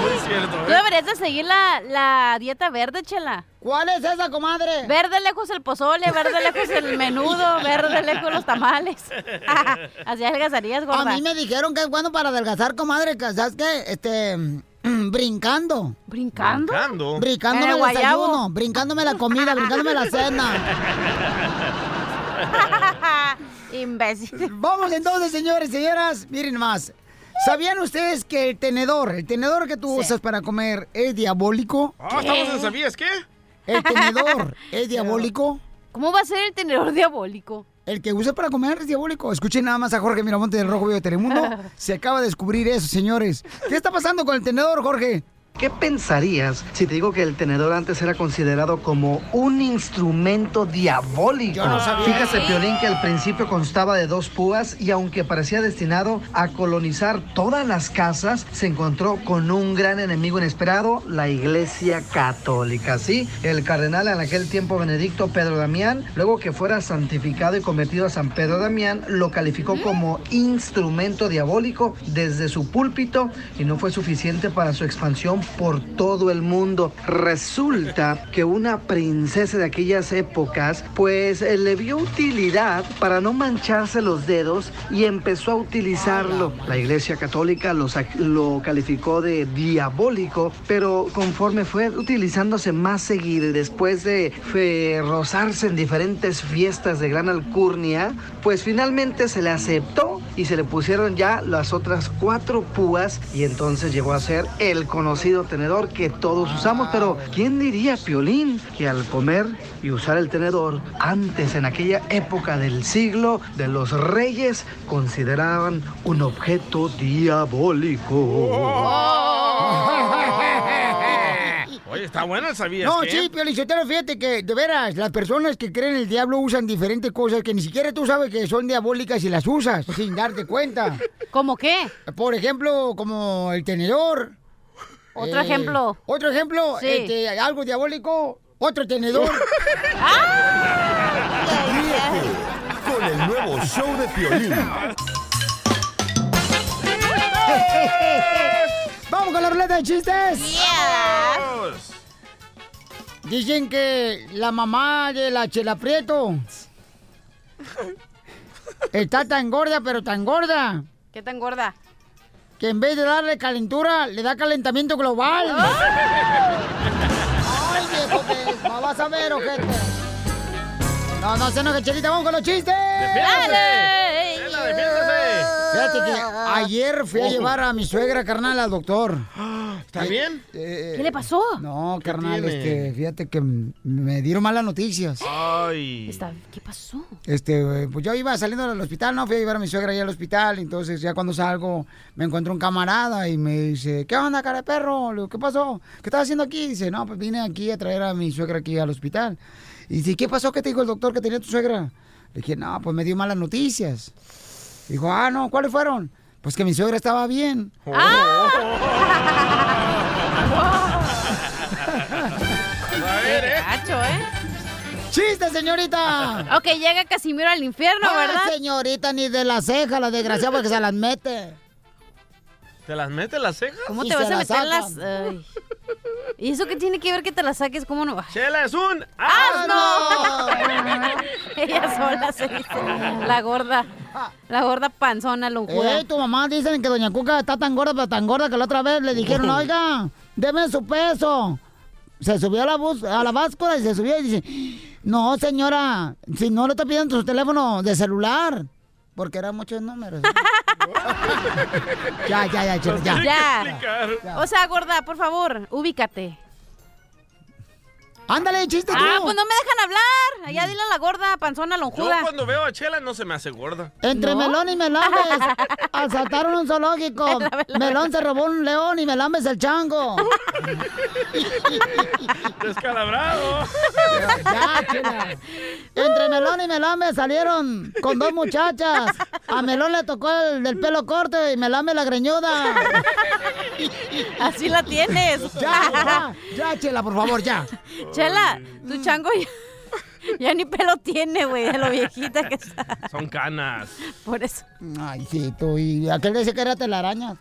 [SPEAKER 3] Muy cierto,
[SPEAKER 4] Tú
[SPEAKER 3] ¿eh?
[SPEAKER 4] deberías de seguir la, la dieta verde, chela.
[SPEAKER 2] ¿Cuál es esa, comadre?
[SPEAKER 4] Verde lejos el pozole, verde lejos el menudo, verde lejos los tamales. Así adelgazarías, gorda.
[SPEAKER 2] A mí me dijeron que es bueno para adelgazar, comadre, que sabes qué? este mm, brincando.
[SPEAKER 4] ¿Brincando?
[SPEAKER 3] Brincando.
[SPEAKER 2] Brincándome
[SPEAKER 4] En
[SPEAKER 2] el
[SPEAKER 4] el guayabo.
[SPEAKER 2] desayuno, brincándome la comida, brincándome la cena.
[SPEAKER 3] Ah,
[SPEAKER 4] Imbécil.
[SPEAKER 2] Vamos entonces, señores y señoras, miren más. ¿Sabían ustedes que el tenedor, el tenedor que tú usas para comer es diabólico?
[SPEAKER 3] Ah, estamos en ¿Sabías qué?
[SPEAKER 2] ¿El tenedor es diabólico?
[SPEAKER 4] ¿Cómo va a ser el tenedor diabólico?
[SPEAKER 2] El que usa para comer es diabólico. Escuchen nada más a Jorge Miramonte del Rojo Vivo de Telemundo. Se acaba de descubrir eso, señores. ¿Qué está pasando con el tenedor, Jorge?
[SPEAKER 5] ¿Qué pensarías si te digo que el tenedor antes era considerado como un instrumento diabólico?
[SPEAKER 2] Yo no sabía.
[SPEAKER 5] Fíjate, Piolín, que al principio constaba de dos púas y aunque parecía destinado a colonizar todas las casas, se encontró con un gran enemigo inesperado, la Iglesia Católica. Sí, el cardenal en aquel tiempo Benedicto Pedro Damián, luego que fuera santificado y convertido a San Pedro Damián, lo calificó como instrumento diabólico desde su púlpito y no fue suficiente para su expansión por todo el mundo. Resulta que una princesa de aquellas épocas pues eh, le vio utilidad para no mancharse los dedos y empezó a utilizarlo. La iglesia católica lo, sac- lo calificó de diabólico, pero conforme fue utilizándose más seguido y después de eh, rozarse en diferentes fiestas de gran alcurnia, pues finalmente se le aceptó y se le pusieron ya las otras cuatro púas y entonces llegó a ser el conocido tenedor que todos usamos. Pero ¿quién diría, Piolín, que al comer y usar el tenedor, antes en aquella época del siglo de los reyes, consideraban un objeto diabólico?
[SPEAKER 3] Oye, está Ah, bueno el ¿Sabías
[SPEAKER 2] No,
[SPEAKER 3] qué?
[SPEAKER 2] sí, Piolichotero, fíjate que, de veras, las personas que creen en el diablo usan diferentes cosas que ni siquiera tú sabes que son diabólicas y las usas sin darte cuenta.
[SPEAKER 4] ¿Cómo qué?
[SPEAKER 2] Por ejemplo, como el tenedor. Eh,
[SPEAKER 4] Otro ejemplo.
[SPEAKER 2] Otro ejemplo,
[SPEAKER 4] Sí.
[SPEAKER 2] este, algo diabólico, otro tenedor.
[SPEAKER 6] Ríete con el nuevo show de Piolín.
[SPEAKER 2] ¡Vamos con la ruleta de chistes!
[SPEAKER 3] Pues,
[SPEAKER 2] Dicen que la mamá de la Chela Prieto está tan gorda, pero tan gorda,
[SPEAKER 4] ¿Qué tan gorda?
[SPEAKER 2] que en vez de darle calentura, le da calentamiento global.
[SPEAKER 3] Ah.
[SPEAKER 2] ¡Ay, viejo pesma! ¡Vas a ver, ojete! No, no se enoje, Chelita, vamos con los chistes.
[SPEAKER 3] ¡Defiéndase!
[SPEAKER 2] ¡Dale!
[SPEAKER 3] Chela, defiéndase.
[SPEAKER 2] Fíjate que ayer fui a
[SPEAKER 3] Oh.
[SPEAKER 2] llevar a mi suegra, carnal, al doctor.
[SPEAKER 3] ¿Está bien?
[SPEAKER 2] ¿Qué le
[SPEAKER 4] pasó?
[SPEAKER 2] No, carnal,
[SPEAKER 3] tiene?
[SPEAKER 2] este, fíjate que m- me dieron malas noticias.
[SPEAKER 3] Ay.
[SPEAKER 4] ¿Qué pasó?
[SPEAKER 2] Este, eh, pues yo iba saliendo del hospital, no fui a llevar a mi suegra allá al hospital, entonces ya cuando salgo me encuentro un camarada y me dice, ¿qué onda, cara de perro? Le digo, ¿qué pasó? ¿Qué estás haciendo aquí? Dice, no, pues vine aquí a traer a mi suegra aquí al hospital. Y dice, ¿qué pasó? ¿Qué te dijo el doctor que tenía tu suegra? Le dije, no, pues me dio malas noticias. Dijo, ah, no, ¿cuáles fueron? Pues que mi suegra estaba bien.
[SPEAKER 3] A ver, ¿eh?
[SPEAKER 4] Gacho, ¿eh?
[SPEAKER 2] ¡Chiste, señorita!
[SPEAKER 4] Ok, llega Casimiro al infierno,
[SPEAKER 2] Ah,
[SPEAKER 4] ¿verdad?
[SPEAKER 2] señorita, ni de la ceja, la desgraciada, porque se las mete.
[SPEAKER 3] ¿Te las mete las cejas?
[SPEAKER 4] ¿Cómo te vas a meter las...? Ay. ¿Y eso qué tiene que ver que te las saques? ¿Cómo no?
[SPEAKER 3] ¡Chela es un
[SPEAKER 4] asno! Ella sola se dice. La gorda. La gorda panzona, lonjuda.
[SPEAKER 2] Eh, tu mamá dicen que Doña Cuca está tan gorda, pero tan gorda que la otra vez le dijeron, oiga, deme su peso. Se subió a la, bus- a la báscula y se subió y dice, no, señora, si no le está pidiendo su teléfono de celular. porque eran muchos números. ¿eh? ya, ya, ya, chela, ya.
[SPEAKER 4] Ya. O sea, gorda, por favor, ubícate.
[SPEAKER 2] Ándale, chiste
[SPEAKER 4] Ah,
[SPEAKER 3] tú.
[SPEAKER 4] pues no me dejan hablar. Allá dile a la gorda, panzona
[SPEAKER 3] Yo
[SPEAKER 4] lonjuda.
[SPEAKER 3] cuando veo a Chela no pues se me hace gorda.
[SPEAKER 2] Entre melón y melambes, asaltaron un zoológico. Melón se robó un león y melambes el chango.
[SPEAKER 3] Descalabrado.
[SPEAKER 2] Ya, chela. Entre melón y melambes salieron con dos muchachas. A melón le tocó el del pelo corto y melambe la greñuda.
[SPEAKER 4] Así la tienes.
[SPEAKER 2] Ya, ya, ya, chela, por favor, ya.
[SPEAKER 4] Chela, tu chango ya, ya ni pelo tiene, güey, de lo viejita que está.
[SPEAKER 3] Son canas.
[SPEAKER 4] Por eso.
[SPEAKER 2] Ay, sí, tú y aquel decía que era telaraña.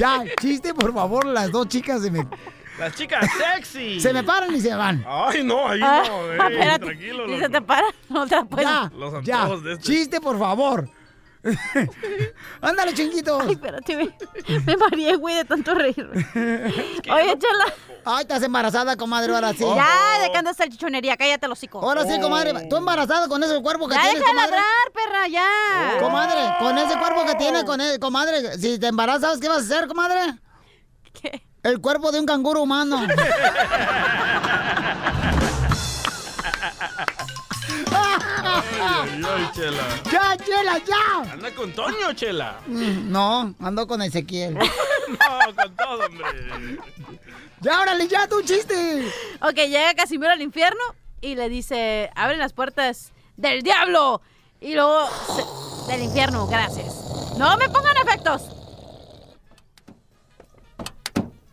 [SPEAKER 2] Ya, chiste, por favor, las dos chicas se me,
[SPEAKER 3] Las chicas sexy.
[SPEAKER 2] se me paran y se van.
[SPEAKER 3] Ay, no, ahí no. eh, tranquilo,
[SPEAKER 4] y
[SPEAKER 3] loco.
[SPEAKER 4] Ah, se te paran otra pues.
[SPEAKER 2] Ya,
[SPEAKER 3] Los
[SPEAKER 2] ya,
[SPEAKER 3] antojos de este.
[SPEAKER 2] chiste, por favor. Ándale, chinguitos. Ay,
[SPEAKER 4] espérate, me, me mareé, güey, de tanto reír. Oye, Chela.
[SPEAKER 2] Ay, estás embarazada, comadre, ahora sí.
[SPEAKER 4] Ya, de que andas salchichonería, cállate el hocico. Oh.
[SPEAKER 2] Ahora sí, comadre, tú embarazada con ese cuerpo que
[SPEAKER 4] Ya
[SPEAKER 2] tienes,
[SPEAKER 4] deja de
[SPEAKER 2] comadre. Oh.
[SPEAKER 4] ladrar, perra, ya.
[SPEAKER 2] Comadre, con ese cuerpo que tienes, con el- comadre, si te embarazas, ¿sabes qué vas a hacer, comadre?
[SPEAKER 4] ¿Qué?
[SPEAKER 2] El cuerpo de un canguro humano.
[SPEAKER 3] Ay, ay, Chela.
[SPEAKER 2] ¡Ya, Chela, ya!
[SPEAKER 3] Anda con Toño, Chela.
[SPEAKER 2] Mm, No, ando con Ezequiel.
[SPEAKER 3] No, con todo, hombre.
[SPEAKER 2] ¡Ya, órale, ya, tu chiste!
[SPEAKER 4] Ok, llega Casimiro al infierno y le dice, abren las puertas del diablo. Y luego, se- del infierno, gracias. No me pongan efectos.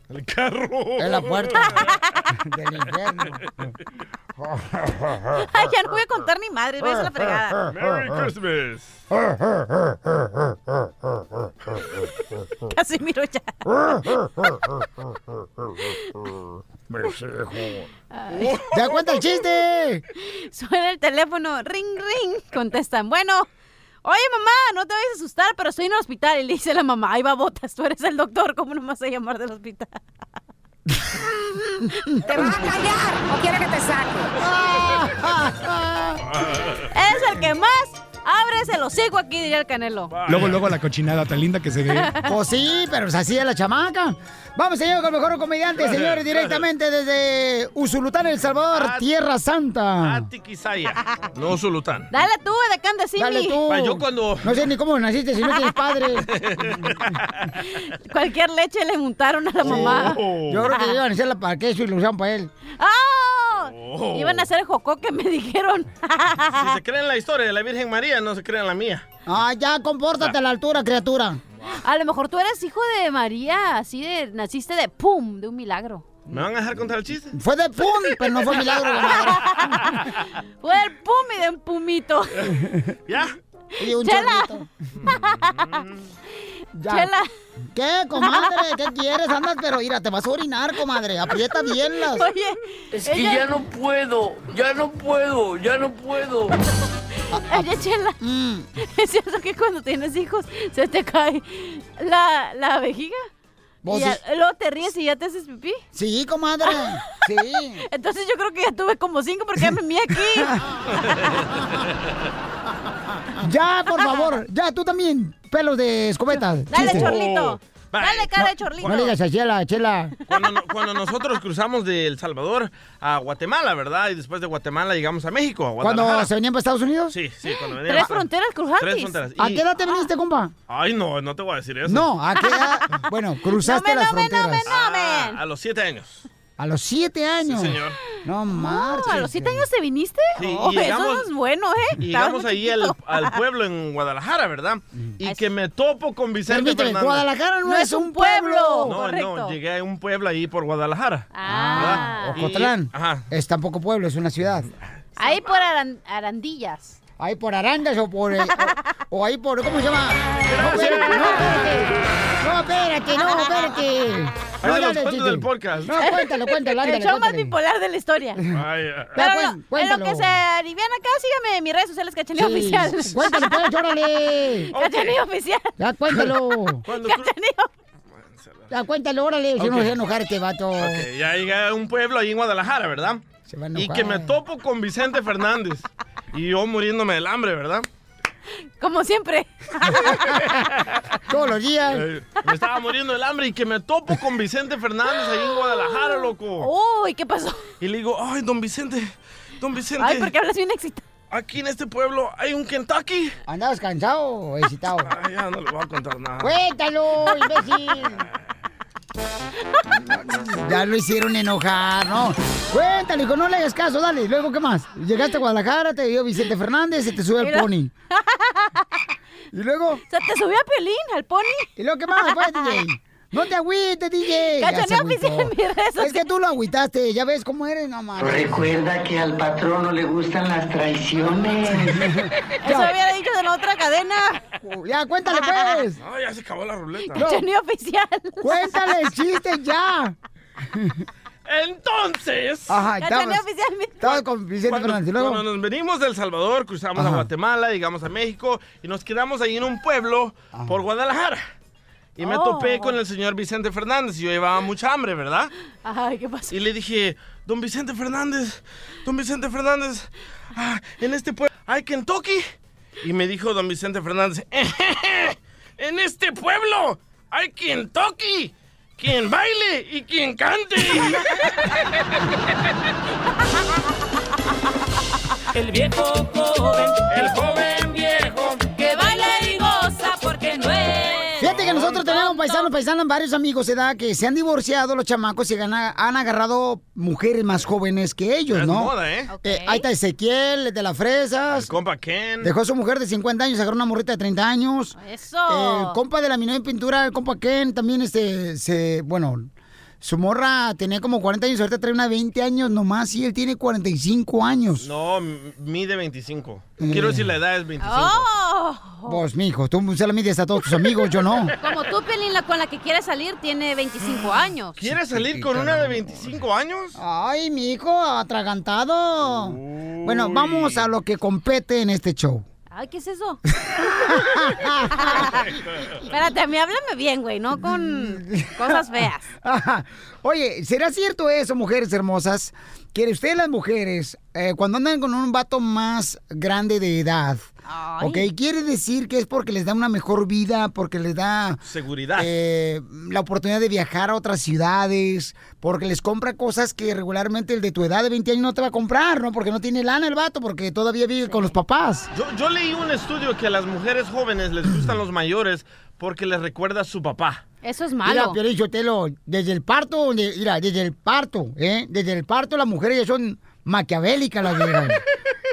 [SPEAKER 3] El carro.
[SPEAKER 2] En la puerta. Del infierno.
[SPEAKER 4] Ay, ya no voy a contar ni madre, ves la fregada.
[SPEAKER 3] Merry Christmas.
[SPEAKER 4] Casimiro ya. Ay.
[SPEAKER 2] ¡Te da cuenta el chiste!
[SPEAKER 4] Suena el teléfono, ring, ring. Contestan, bueno. Oye, mamá, no te vayas a asustar, pero estoy en el hospital. Y le dice la mamá, ahí va botas, tú eres el doctor, ¿cómo no me vas a llamar del hospital? ¿Te vas a callar o quiere que te saque? Eres el que más abres el hocico aquí, diría el Canelo.
[SPEAKER 13] Luego, luego la cochinada tan linda que se ve.
[SPEAKER 2] Pues sí, pero pues así es la chamaca. Vamos, señor, con el mejor comediante,
[SPEAKER 13] Gracias, Ah.
[SPEAKER 2] señores, directamente desde Usulután, El Salvador, Tierra Santa.
[SPEAKER 3] Tiquisaya. No, Zulután.
[SPEAKER 4] Dale tú, de Candesimi.
[SPEAKER 2] Dale tú.
[SPEAKER 3] Pa, yo cuando-
[SPEAKER 2] No sé ni cómo naciste, si no tienes padre.
[SPEAKER 4] Cualquier leche le montaron a la mamá.
[SPEAKER 3] Oh.
[SPEAKER 2] Yo creo que iban a hacer la parqueso y lo usaron para él.
[SPEAKER 4] ¡Ah!
[SPEAKER 3] Oh.
[SPEAKER 4] Iban a hacer el que me dijeron.
[SPEAKER 3] Si se creen la historia de la Virgen María, no se crean la mía.
[SPEAKER 2] Ah, ya, compórtate a la altura, criatura.
[SPEAKER 4] A lo mejor tú eres hijo de María, así de, naciste de pum, de un milagro.
[SPEAKER 3] ¿Me van a dejar contar el chiste?
[SPEAKER 2] Fue de pum, pero no fue milagro. comadre.
[SPEAKER 4] Fue el pum y de un pumito.
[SPEAKER 3] ¿Ya?
[SPEAKER 2] Y un chorrito. Ya.
[SPEAKER 4] Chela.
[SPEAKER 2] ¿Qué, comadre? ¿Qué quieres? Andas, pero mira, te vas a orinar, comadre. Aprieta bien las.
[SPEAKER 4] Oye,
[SPEAKER 15] Es que ya no puedo, ya no puedo, ya no puedo.
[SPEAKER 4] Oye, Chela,
[SPEAKER 2] Mm.
[SPEAKER 4] ¿es cierto que cuando tienes hijos se te cae la, la vejiga?
[SPEAKER 2] Vos
[SPEAKER 4] Y ya-
[SPEAKER 2] es-
[SPEAKER 4] luego te ríes y ya te haces pipí.
[SPEAKER 2] Sí, comadre. Sí.
[SPEAKER 4] Entonces yo creo que ya tuve como cinco porque ya me mía aquí.
[SPEAKER 2] Ya, por favor. Ya, tú también. Pelos de escobeta.
[SPEAKER 4] Dale,
[SPEAKER 2] Chiste.
[SPEAKER 4] Chorlito.
[SPEAKER 3] Va,
[SPEAKER 4] Dale cara de Chorlito.
[SPEAKER 2] No le digas a Chela, Chela.
[SPEAKER 3] Cuando, no- cuando nosotros cruzamos de El Salvador a Guatemala, ¿verdad? Y después de Guatemala llegamos a México, a
[SPEAKER 2] ¿Cuando
[SPEAKER 3] Guadalajara.
[SPEAKER 2] se venían para Estados Unidos?
[SPEAKER 3] Sí, sí, cuando venía.
[SPEAKER 2] Tres
[SPEAKER 4] fronteras cruzaste.
[SPEAKER 3] Tres fronteras.
[SPEAKER 2] ¿A
[SPEAKER 3] Y-
[SPEAKER 2] qué edad te
[SPEAKER 4] Ah.
[SPEAKER 2] viniste, compa?
[SPEAKER 3] Ay, no, no te voy a decir eso.
[SPEAKER 2] No, ¿a qué edad? Bueno, cruzaste las fronteras.
[SPEAKER 3] Ah, a los siete años.
[SPEAKER 2] A los siete años.
[SPEAKER 3] señor.
[SPEAKER 2] No
[SPEAKER 4] Ah,
[SPEAKER 2] marches.
[SPEAKER 4] ¿A los siete años te viniste?
[SPEAKER 3] Sí, y
[SPEAKER 4] Oh,
[SPEAKER 3] llegamos-
[SPEAKER 4] eso no es bueno, ¿eh?
[SPEAKER 3] Y
[SPEAKER 4] Estabas
[SPEAKER 3] llegamos
[SPEAKER 4] muy
[SPEAKER 3] ahí al,
[SPEAKER 4] chiquito.
[SPEAKER 3] al pueblo en Guadalajara, ¿verdad? Y que me topo con Vicente
[SPEAKER 2] Mm. Permíteme,
[SPEAKER 3] Fernández.
[SPEAKER 2] Guadalajara no,
[SPEAKER 4] No
[SPEAKER 2] es un pueblo.
[SPEAKER 3] No, no, llegué a un pueblo ahí por Guadalajara.
[SPEAKER 4] Ah.
[SPEAKER 3] ¿verdad? Y-
[SPEAKER 2] Ocotlán.
[SPEAKER 3] Ajá.
[SPEAKER 2] Es tampoco pueblo, es una ciudad.
[SPEAKER 4] Ahí por Aran- Arandillas.
[SPEAKER 2] Ahí por Arandas o por. eh, o, o ahí por. ¿Cómo se llama? No, espérate, no, espérate. No, espérate, no, espérate.
[SPEAKER 3] Ahí
[SPEAKER 2] No,
[SPEAKER 3] de
[SPEAKER 2] dale,
[SPEAKER 3] los cuentos
[SPEAKER 2] chiste.
[SPEAKER 3] del podcast.
[SPEAKER 2] No, cuéntalo, cuéntalo, ándale,
[SPEAKER 4] El show más
[SPEAKER 2] cuéntale.
[SPEAKER 4] bipolar de la historia.
[SPEAKER 3] Vaya.
[SPEAKER 4] Pero
[SPEAKER 2] Ya,
[SPEAKER 4] lo-
[SPEAKER 2] cuen-
[SPEAKER 4] en lo
[SPEAKER 2] cuéntalo.
[SPEAKER 4] que se alivian acá, síganme en mis redes sociales, Cachanilla
[SPEAKER 2] Sí.
[SPEAKER 4] Oficial.
[SPEAKER 2] Cuéntalo, pues, llórale.
[SPEAKER 4] Cachanilla Oficial.
[SPEAKER 2] Ya, cuéntalo.
[SPEAKER 4] Cachanilla. Ah,
[SPEAKER 2] Ya, cuéntalo, órale. Si no
[SPEAKER 3] Ok.
[SPEAKER 2] se va a enojar este vato.
[SPEAKER 3] Ok, ya llegué a un pueblo ahí en Guadalajara, ¿verdad?
[SPEAKER 2] va a
[SPEAKER 3] y
[SPEAKER 2] enojar.
[SPEAKER 3] que me topo con Vicente Fernández. y yo muriéndome del hambre, ¿verdad?
[SPEAKER 4] Como siempre.
[SPEAKER 2] Todos los días.
[SPEAKER 3] Eh, me estaba muriendo del hambre y que me topo con Vicente Fernández ahí en Guadalajara, loco.
[SPEAKER 2] Oh.
[SPEAKER 4] Uy, ¿qué pasó?
[SPEAKER 3] Y le digo, ay, don Vicente, don Vicente.
[SPEAKER 4] Ay, ¿por qué hablas bien excitado?
[SPEAKER 3] Aquí en este pueblo hay un Kentucky.
[SPEAKER 2] ¿Andabas cansado o excitado?
[SPEAKER 3] Ay, ya no le voy a contar nada.
[SPEAKER 2] Cuéntalo, imbécil. Ya lo hicieron enojar, ¿no? Cuéntale, hijo, no le hagas caso, dale. Luego, ¿qué más? Llegaste a Guadalajara, te dio Vicente Fernández, se te sube el
[SPEAKER 4] Mira.
[SPEAKER 2] pony. ¿Y luego?
[SPEAKER 4] Se te subió a Piolín, al pony.
[SPEAKER 2] ¿Y luego qué más? Pues, DJ. No te agüites, DJ. Ya
[SPEAKER 4] Cachaneo
[SPEAKER 2] se agüitó.
[SPEAKER 4] oficial en mis redes
[SPEAKER 2] Es que tú lo agüitaste, ya ves cómo eres, no mames.
[SPEAKER 17] Recuerda que al patrón no le gustan las traiciones.
[SPEAKER 4] Eso había dicho de la otra cadena.
[SPEAKER 2] Ya, cuéntale, pues.
[SPEAKER 3] No, ya se acabó la ruleta.
[SPEAKER 4] Cachaneo oficial.
[SPEAKER 2] Cuéntale el chiste ya.
[SPEAKER 3] Entonces.
[SPEAKER 2] Ajá, estabas, estabas con Vicente Fernández. ¿y luego?
[SPEAKER 3] Cuando nos venimos de El Salvador, cruzamos a
[SPEAKER 2] Ajá.
[SPEAKER 3] Guatemala, llegamos a México y nos quedamos ahí en un pueblo por Guadalajara. Y me
[SPEAKER 4] Oh.
[SPEAKER 3] topé con el señor Vicente Fernández. y Yo llevaba mucha hambre, ¿verdad?
[SPEAKER 4] Ay, ¿qué pasó?
[SPEAKER 3] Y le dije, don Vicente Fernández, don Vicente Fernández, ah, en este pueblo hay Kentucky. Y me dijo don Vicente Fernández, "Ejeje, en este pueblo hay Kentucky, quien baile y quien cante.
[SPEAKER 15] El viejo joven, el joven viejo, que baila y goza porque no es.
[SPEAKER 2] Fíjate que nosotros tenemos paisanos, paisanas, varios amigos, edad, que se han divorciado los chamacos y han, han agarrado mujeres más jóvenes que ellos,
[SPEAKER 3] Es
[SPEAKER 2] ¿no?
[SPEAKER 3] moda, ¿eh?
[SPEAKER 2] Ahí está Ezequiel, el de las fresas.
[SPEAKER 3] Compa Ken.
[SPEAKER 2] Dejó a su mujer de 50 años, agarró una morrita de 30 años.
[SPEAKER 4] Eso.
[SPEAKER 2] El compa de la minoría en pintura, el compa Ken, también este, se, bueno, su morra tenía como 40 años, ahorita trae una de 20 años nomás y él tiene 45 años.
[SPEAKER 3] No, m- mide 25.
[SPEAKER 2] Eh.
[SPEAKER 3] Quiero decir, la edad es 25.
[SPEAKER 4] Oh.
[SPEAKER 2] Vos, mijo, tú se la mides a todos tus amigos, yo no. Ah,
[SPEAKER 4] Como tú, Piolín, la con la que quieres salir tiene 25 años.
[SPEAKER 3] ¿Quieres salir con una de 25 años?
[SPEAKER 2] Ay, mi hijo, atragantado. Bueno, vamos a lo que compete en este show.
[SPEAKER 4] Ay, ¿qué es eso? Espérate, a mí háblame bien, güey, no con cosas feas.
[SPEAKER 2] Ajá. Oye, ¿será cierto eso, mujeres hermosas? Que ustedes las mujeres, eh, cuando andan con un vato más grande de edad,
[SPEAKER 3] Ay.
[SPEAKER 2] ¿ok? Quiere decir que es porque les da una mejor vida, porque les da...
[SPEAKER 3] Seguridad.
[SPEAKER 2] eh, la oportunidad de viajar a otras ciudades, porque les compra cosas que regularmente el de tu edad de 20 años no te va a comprar, ¿no? Porque no tiene lana el vato, porque todavía vive con los papás.
[SPEAKER 3] Yo, yo leí un estudio que a las mujeres jóvenes les gustan los mayores porque les recuerda a su papá.
[SPEAKER 4] Eso es
[SPEAKER 2] Mira,
[SPEAKER 4] malo.
[SPEAKER 2] Piolín Sotelo, desde el parto, de- mira, desde el parto, ¿eh? Desde el parto las mujeres ya son maquiavélicas las viejas.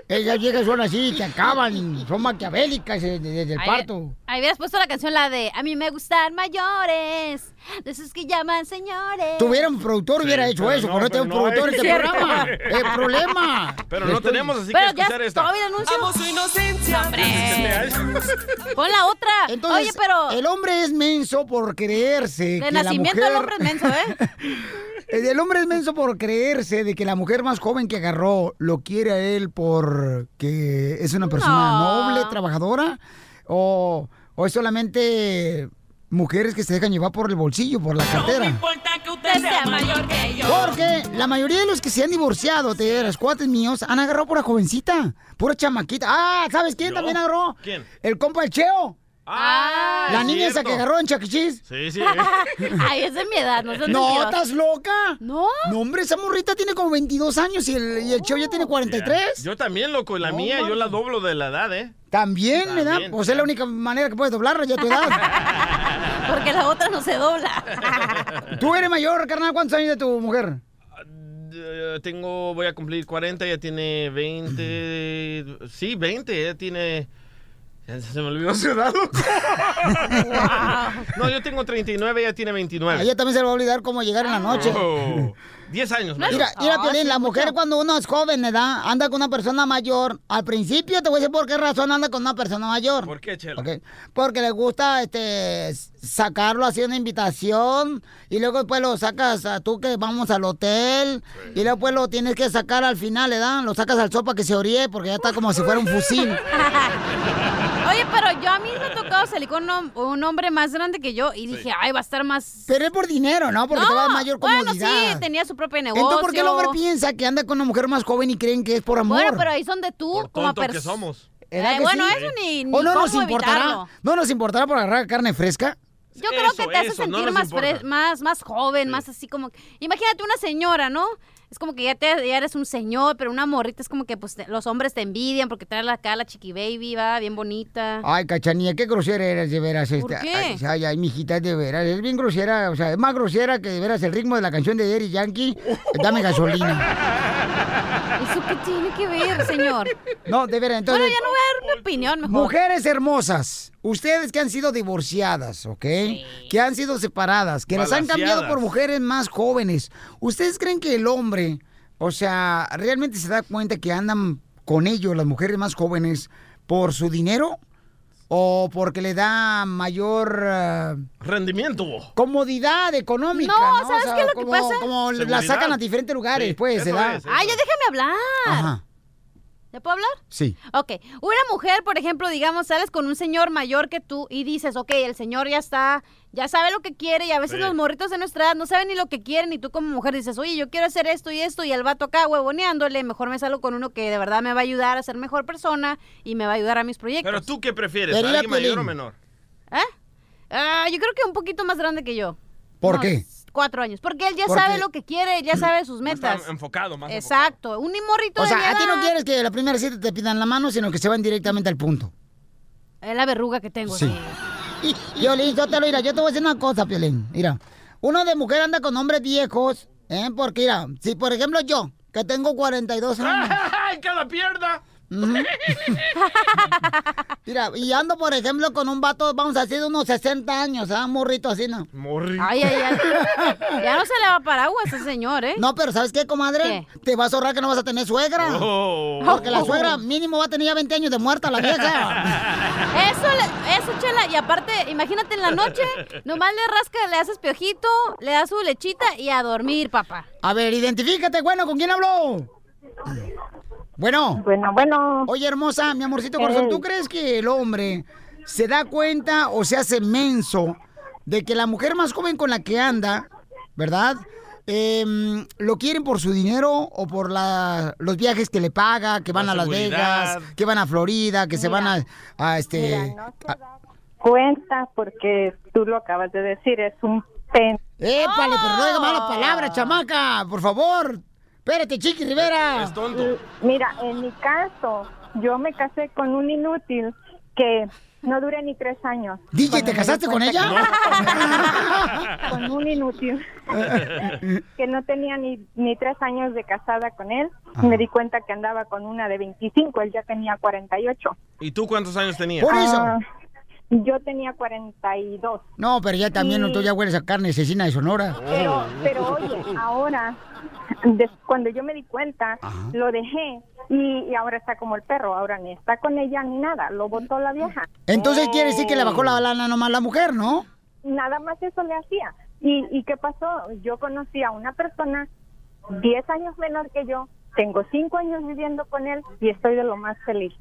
[SPEAKER 2] Ellas viejas son así, te acaban, son maquiavélicas eh, desde, el
[SPEAKER 4] Ahí-
[SPEAKER 2] parto.
[SPEAKER 4] Ahí hubieras puesto la canción, la de A mí me gustan mayores, de esos que llaman señores.
[SPEAKER 2] Tuviera un productor, hubiera hecho eso, pero no tengo un productor en este
[SPEAKER 4] Cierto.
[SPEAKER 2] programa. El problema.
[SPEAKER 3] Pero no
[SPEAKER 2] Estoy-
[SPEAKER 3] tenemos, así
[SPEAKER 4] Pero
[SPEAKER 3] que
[SPEAKER 4] ya
[SPEAKER 3] escuchar esta.
[SPEAKER 4] todavía el anuncio.
[SPEAKER 15] Amo su inocencia.
[SPEAKER 4] Hombre. Pon la otra.
[SPEAKER 2] Entonces,
[SPEAKER 4] Oye, pero
[SPEAKER 2] el hombre es menso por creerse
[SPEAKER 4] de
[SPEAKER 2] que
[SPEAKER 4] nacimiento
[SPEAKER 2] la mujer...
[SPEAKER 4] el hombre es menso, ¿eh?
[SPEAKER 2] El del hombre es menso por creerse de que la mujer más joven que agarró lo quiere a él porque es una persona
[SPEAKER 4] No.
[SPEAKER 2] noble, trabajadora, o, o es solamente mujeres que se dejan llevar por el bolsillo, por la cartera.
[SPEAKER 15] importa que usted sea mayor que yo.
[SPEAKER 2] Porque la mayoría de los que se han divorciado, te los cuates míos, han agarrado por la jovencita, pura chamaquita. Ah, ¿sabes quién también agarró?
[SPEAKER 3] ¿Quién?
[SPEAKER 2] El compa del Cheo.
[SPEAKER 3] Ah,
[SPEAKER 2] la
[SPEAKER 3] es
[SPEAKER 2] niña esa
[SPEAKER 3] cierto.
[SPEAKER 2] que agarró en E. Chaquichis.
[SPEAKER 3] Sí, eh. sí.
[SPEAKER 15] eh.
[SPEAKER 4] Ay, es de mi edad, no seas
[SPEAKER 2] No,
[SPEAKER 4] mentiroso.
[SPEAKER 2] ¿estás loca?
[SPEAKER 4] No.
[SPEAKER 2] No, hombre, esa morrita tiene como 22 años y el, y el Cheo ya tiene 43.
[SPEAKER 3] Yo también, loco. y La mía, yo la doblo de la edad, ¿eh?
[SPEAKER 2] También,
[SPEAKER 3] También,
[SPEAKER 2] ¿verdad? Pues es la única manera que puedes doblarla ya a tu edad.
[SPEAKER 4] Porque la otra no se dobla.
[SPEAKER 2] Tú eres mayor, carnal. ¿Cuántos años de tu mujer?
[SPEAKER 3] Eh, Tengo, voy a cumplir 40, ella tiene 20. Sí, 20, ella tiene. ya Se me olvidó su edad, loco. No, yo tengo 39, ella tiene 29.
[SPEAKER 2] A ella Ah, también se le va a olvidar cómo llegar en la noche.
[SPEAKER 3] Oh, 10 años, mayor.
[SPEAKER 2] Mira,
[SPEAKER 4] Ah,
[SPEAKER 2] mira, Piolín, la mujer cuando uno es joven, ¿verdad? Anda con una persona mayor. Al principio te voy a decir por qué razón anda con una persona mayor.
[SPEAKER 3] ¿Por qué, Chela?
[SPEAKER 2] Ok. Porque le gusta este s- sacarlo así una invitación y luego después lo sacas a tú que vamos al hotel y luego pues lo tienes que sacar al final, ¿verdad? Lo sacas al sopa que se oríe porque ya está como si fuera un fusil.
[SPEAKER 4] Oye, pero yo a mí me ha tocado salir con un, hom- un hombre más grande que yo y dije, ay, va a estar más...
[SPEAKER 2] Pero es por dinero, ¿no? Porque te va a dar mayor comodidad.
[SPEAKER 4] Bueno, sí, tenía su propio negocio.
[SPEAKER 2] Entonces, ¿por qué el hombre piensa que anda con una mujer más joven y creen que es por amor?
[SPEAKER 4] Bueno, pero ahí son de tú, como
[SPEAKER 3] tonto que
[SPEAKER 4] pers-
[SPEAKER 3] somos.
[SPEAKER 2] ¿Edad
[SPEAKER 4] Eh,
[SPEAKER 2] que
[SPEAKER 4] bueno,
[SPEAKER 2] sí?
[SPEAKER 4] eso ni- ni
[SPEAKER 2] ¿O no nos
[SPEAKER 4] cómo
[SPEAKER 2] importará?
[SPEAKER 4] evitarlo.
[SPEAKER 2] ¿No nos importará por agarrar carne fresca?
[SPEAKER 4] Yo creo
[SPEAKER 2] Eso,
[SPEAKER 4] que te hace
[SPEAKER 2] eso, no
[SPEAKER 4] sentir
[SPEAKER 2] nos
[SPEAKER 4] más,
[SPEAKER 2] importa.
[SPEAKER 4] fres- más, más joven, más así como... Imagínate una señora, ¿no? Es como que ya, te, ya eres un señor, pero una morrita es como que pues, te- los hombres te envidian porque trae la cara, la chiqui baby, va, bien bonita.
[SPEAKER 2] Ay, cachanilla, qué grosera eres de veras.
[SPEAKER 4] ¿Por
[SPEAKER 2] esta.
[SPEAKER 4] qué?
[SPEAKER 2] Ay, ay, ay, mijita, de veras. Es bien grosera, o sea, es más grosera que de veras el ritmo de la canción de Derry Yankee. Dame gasolina.
[SPEAKER 4] ¿Eso qué tiene que ver, señor?
[SPEAKER 2] No, de veras, entonces.
[SPEAKER 4] bueno, ya no voy a dar mi opinión mejor.
[SPEAKER 2] Mujeres hermosas, ustedes que han sido divorciadas, ¿ok? Que han sido separadas, que las han cambiado
[SPEAKER 15] Balaseadas.
[SPEAKER 2] por mujeres más jóvenes. ¿Ustedes creen que el hombre, o sea, realmente se da cuenta que andan con ellos las mujeres más jóvenes por su dinero? ¿O porque le da mayor eh,
[SPEAKER 3] Rendimiento.
[SPEAKER 2] comodidad económica?
[SPEAKER 4] No, ¿sabes qué es lo que
[SPEAKER 2] como,
[SPEAKER 4] pasa?
[SPEAKER 2] Como la
[SPEAKER 4] Seguridad.
[SPEAKER 2] sacan a diferentes lugares,
[SPEAKER 4] Sí,
[SPEAKER 2] pues, se
[SPEAKER 4] eso
[SPEAKER 2] da.
[SPEAKER 4] es, Ay, ya déjame hablar.
[SPEAKER 2] Ajá,
[SPEAKER 4] ¿Ya puedo hablar?
[SPEAKER 2] sí.
[SPEAKER 4] Ok, una mujer, por ejemplo, digamos, sales con un señor mayor que tú y dices, ok, el señor ya está, ya sabe lo que quiere y a veces
[SPEAKER 15] Sí.
[SPEAKER 4] los morritos de nuestra edad no saben ni lo que quieren y tú como mujer dices, oye, yo quiero hacer esto y esto y el vato acá huevoneándole, mejor me salgo con uno que de verdad me va a ayudar a ser mejor persona y me va a ayudar a mis proyectos.
[SPEAKER 3] Pero tú qué prefieres,
[SPEAKER 4] Quería
[SPEAKER 3] alguien mayor
[SPEAKER 4] Piolín.
[SPEAKER 3] o menor?
[SPEAKER 4] ¿Eh? Ah, yo creo que un poquito más grande que yo.
[SPEAKER 2] ¿Por
[SPEAKER 4] Unos
[SPEAKER 2] qué?
[SPEAKER 4] Cuatro años, porque él ya
[SPEAKER 2] Porque-
[SPEAKER 4] sabe lo que quiere, ya sabe sus
[SPEAKER 3] Está
[SPEAKER 4] metas.
[SPEAKER 3] enfocado más.
[SPEAKER 4] Exacto, un morrito
[SPEAKER 2] O
[SPEAKER 4] de mi
[SPEAKER 2] sea, a ti no
[SPEAKER 4] edad-
[SPEAKER 2] quieres que la primera cita te pidan la mano, sino que se van directamente al punto.
[SPEAKER 4] Es la verruga que tengo.
[SPEAKER 2] Sí.
[SPEAKER 4] sí.
[SPEAKER 2] Violín, yo te lo mira, yo te voy a decir una cosa, Violín. Mira, uno de mujer anda con hombres viejos, ¿eh? Porque, mira, si por ejemplo yo, que tengo 42 años.
[SPEAKER 3] ¡Ay, que la pierda!
[SPEAKER 2] ujú. Mira, y ando, por ejemplo, con un vato, vamos a decir, de unos 60 años, ¿ah? Morrito así, ¿no?
[SPEAKER 3] Morrito.
[SPEAKER 4] Ay, ay, ay. Ya no se le va paraguas a ese señor, ¿eh?
[SPEAKER 2] No, pero ¿sabes qué, comadre? Te vas a ahorrar que no vas a tener suegra.
[SPEAKER 15] Oh.
[SPEAKER 2] Porque la suegra mínimo va a tener ya 20 años de muerta la vieja.
[SPEAKER 4] Eso, le- eso, chela. Y aparte, imagínate en la noche, nomás le rasca, le haces piojito, le das su lechita y a dormir, papá.
[SPEAKER 2] A ver, identifícate, bueno, ¿con quién habló? Bueno.
[SPEAKER 18] Bueno, bueno. Eh.
[SPEAKER 2] Oye, hermosa, mi amorcito corazón,
[SPEAKER 18] Ey.
[SPEAKER 2] ¿tú crees que el hombre se da cuenta o se hace menso de que la mujer más joven con la que anda, ¿verdad? Em, lo quieren por su dinero o por la- los viajes que le paga, que van
[SPEAKER 15] La
[SPEAKER 2] a Las
[SPEAKER 15] seguridad.
[SPEAKER 2] Vegas, que van a Florida, que se van a, a este...
[SPEAKER 18] Mira, no te das cuenta porque tú lo acabas de decir, es un pen.
[SPEAKER 2] ¡Épale, pero no diga malas
[SPEAKER 3] Ah.
[SPEAKER 2] palabras, chamaca! ¡Por favor! ¡Espérate, Chiqui Rivera!
[SPEAKER 3] Es tonto.
[SPEAKER 18] Mira, en mi caso, yo me casé con un inútil que no dura ni tres años.
[SPEAKER 2] DJ, ¿te
[SPEAKER 18] Cuando me di
[SPEAKER 2] casaste con
[SPEAKER 18] cuenta
[SPEAKER 2] ella?
[SPEAKER 18] que- Con un inútil que no tenía ni, ni tres años de casada con él.
[SPEAKER 2] Ah.
[SPEAKER 3] Ajá.
[SPEAKER 18] Me di cuenta que andaba con una de 25, él ya tenía 48.
[SPEAKER 3] ¿Y tú cuántos años tenías?
[SPEAKER 18] Ah, yo tenía 42.
[SPEAKER 2] No, pero ya también,
[SPEAKER 18] Sí.
[SPEAKER 2] tú ya hueles a carne asesina de Sonora.
[SPEAKER 18] Pero, pero oye, ahora, des- cuando yo me di cuenta, lo dejé y, y ahora está como el perro, ahora ni está con ella ni nada, lo botó la vieja. Eh.
[SPEAKER 2] Entonces quiere decir que le bajó la lana nomás la mujer, ¿no?
[SPEAKER 18] Nada más eso le hacía. ¿Y, ¿Y qué pasó? Yo conocí a una persona 10 años menor que yo, tengo 5 años viviendo con él y estoy de lo más feliz.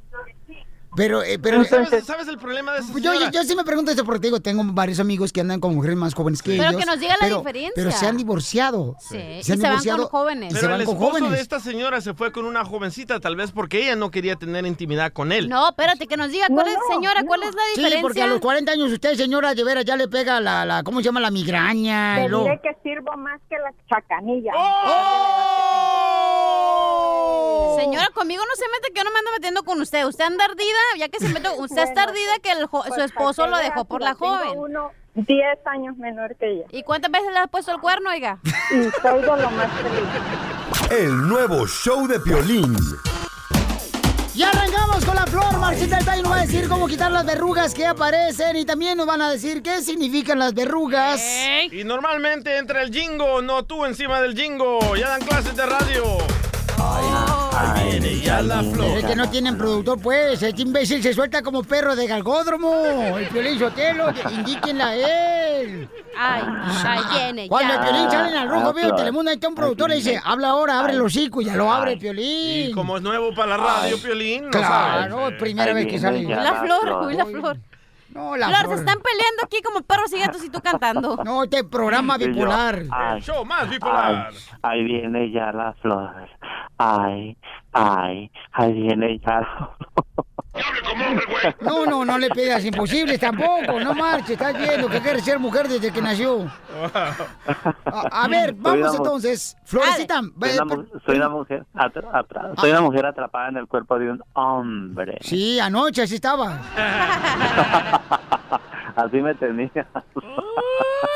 [SPEAKER 2] Pero, eh, pero
[SPEAKER 3] ¿Sabes, sabes el problema de esa
[SPEAKER 2] Pues yo,
[SPEAKER 3] señora?
[SPEAKER 2] yo, yo sí me pregunto eso porque te digo, tengo varios amigos que andan con mujeres más jóvenes que
[SPEAKER 4] Pero
[SPEAKER 2] ellos.
[SPEAKER 4] que nos diga la diferencia.
[SPEAKER 2] Pero se han divorciado.
[SPEAKER 4] Sí, y
[SPEAKER 2] han
[SPEAKER 4] se van
[SPEAKER 2] divorciado
[SPEAKER 4] con jóvenes.
[SPEAKER 2] y
[SPEAKER 3] Pero
[SPEAKER 2] se
[SPEAKER 3] el
[SPEAKER 2] van con
[SPEAKER 3] esposo de
[SPEAKER 2] jóvenes.
[SPEAKER 3] esta señora se fue con una jovencita, tal vez porque ella no quería tener intimidad con él.
[SPEAKER 4] No, espérate, que nos diga cuál es, señora, cuál es la diferencia.
[SPEAKER 2] Sí, porque a los 40 años usted, señora, de veras ya le pega la, la ¿cómo se llama? La migraña.
[SPEAKER 18] Te
[SPEAKER 2] y luego-
[SPEAKER 18] diré que sirvo más que la chacanilla.
[SPEAKER 19] ¡Oh!
[SPEAKER 4] Señora, conmigo no se mete, que yo no me ando metiendo con usted. Usted anda ardida, ya que se mete, usted está ardida que el jo- su
[SPEAKER 18] pues,
[SPEAKER 4] esposo
[SPEAKER 18] para
[SPEAKER 4] lo
[SPEAKER 18] que
[SPEAKER 4] dejó
[SPEAKER 18] veas,
[SPEAKER 4] por
[SPEAKER 18] mira,
[SPEAKER 4] la
[SPEAKER 18] tengo
[SPEAKER 4] joven.
[SPEAKER 18] uno 10 años menor que ella.
[SPEAKER 4] ¿Y cuántas veces le has puesto el cuerno, oiga?
[SPEAKER 18] Y soy de lo más feliz.
[SPEAKER 6] El nuevo show de Piolín.
[SPEAKER 2] Y arrancamos con la flor. Marcita del Valle nos va a decir cómo quitar las verrugas que aparecen y también nos van a decir qué significan las verrugas.
[SPEAKER 3] Y normalmente entra el jingo, no tú encima del jingo. Ya dan clases de radio. Ahí viene ya la
[SPEAKER 2] Pero es que no tienen productor, pues. Este imbécil se suelta como perro de galgódromo. El Piolín Sotelo, indíquenla a él.
[SPEAKER 4] Ay, ahí viene.
[SPEAKER 2] Ah, Cuando
[SPEAKER 4] ya.
[SPEAKER 2] el Piolín sale en el rojo, vivo de
[SPEAKER 3] Ah,
[SPEAKER 2] Telemundo, ahí está un productor y dice, habla ahora, abre el hocico, y ya lo abre el Piolín.
[SPEAKER 3] Y como es nuevo para la radio, Piolín, no
[SPEAKER 2] Claro,
[SPEAKER 3] sabes.
[SPEAKER 2] es primera vez que sale.
[SPEAKER 4] Uy, la flor, uy, la flor.
[SPEAKER 2] No, la
[SPEAKER 4] flor,
[SPEAKER 2] flor.
[SPEAKER 4] se están peleando aquí como perros y gatos y tú cantando.
[SPEAKER 2] No, este programa
[SPEAKER 19] Sí, yo. bipolar. Ay.
[SPEAKER 3] Show más bipolar.
[SPEAKER 19] Ay, ahí viene ya la flor. Ay, ay, ahí viene ya la flor.
[SPEAKER 2] No, no, no le pidas imposibles tampoco. No marches, estás viendo que quieres ser mujer desde que nació.
[SPEAKER 3] Ah,
[SPEAKER 2] A, a ver,
[SPEAKER 19] Soy
[SPEAKER 2] vamos
[SPEAKER 19] una mu-
[SPEAKER 2] entonces. Florecita,
[SPEAKER 19] Soy
[SPEAKER 2] eh,
[SPEAKER 19] una, mu- soy una mujer atra- atra- soy una mujer atrapada en el cuerpo de un hombre.
[SPEAKER 2] sí, anoche así estaba.
[SPEAKER 19] Así me tenía.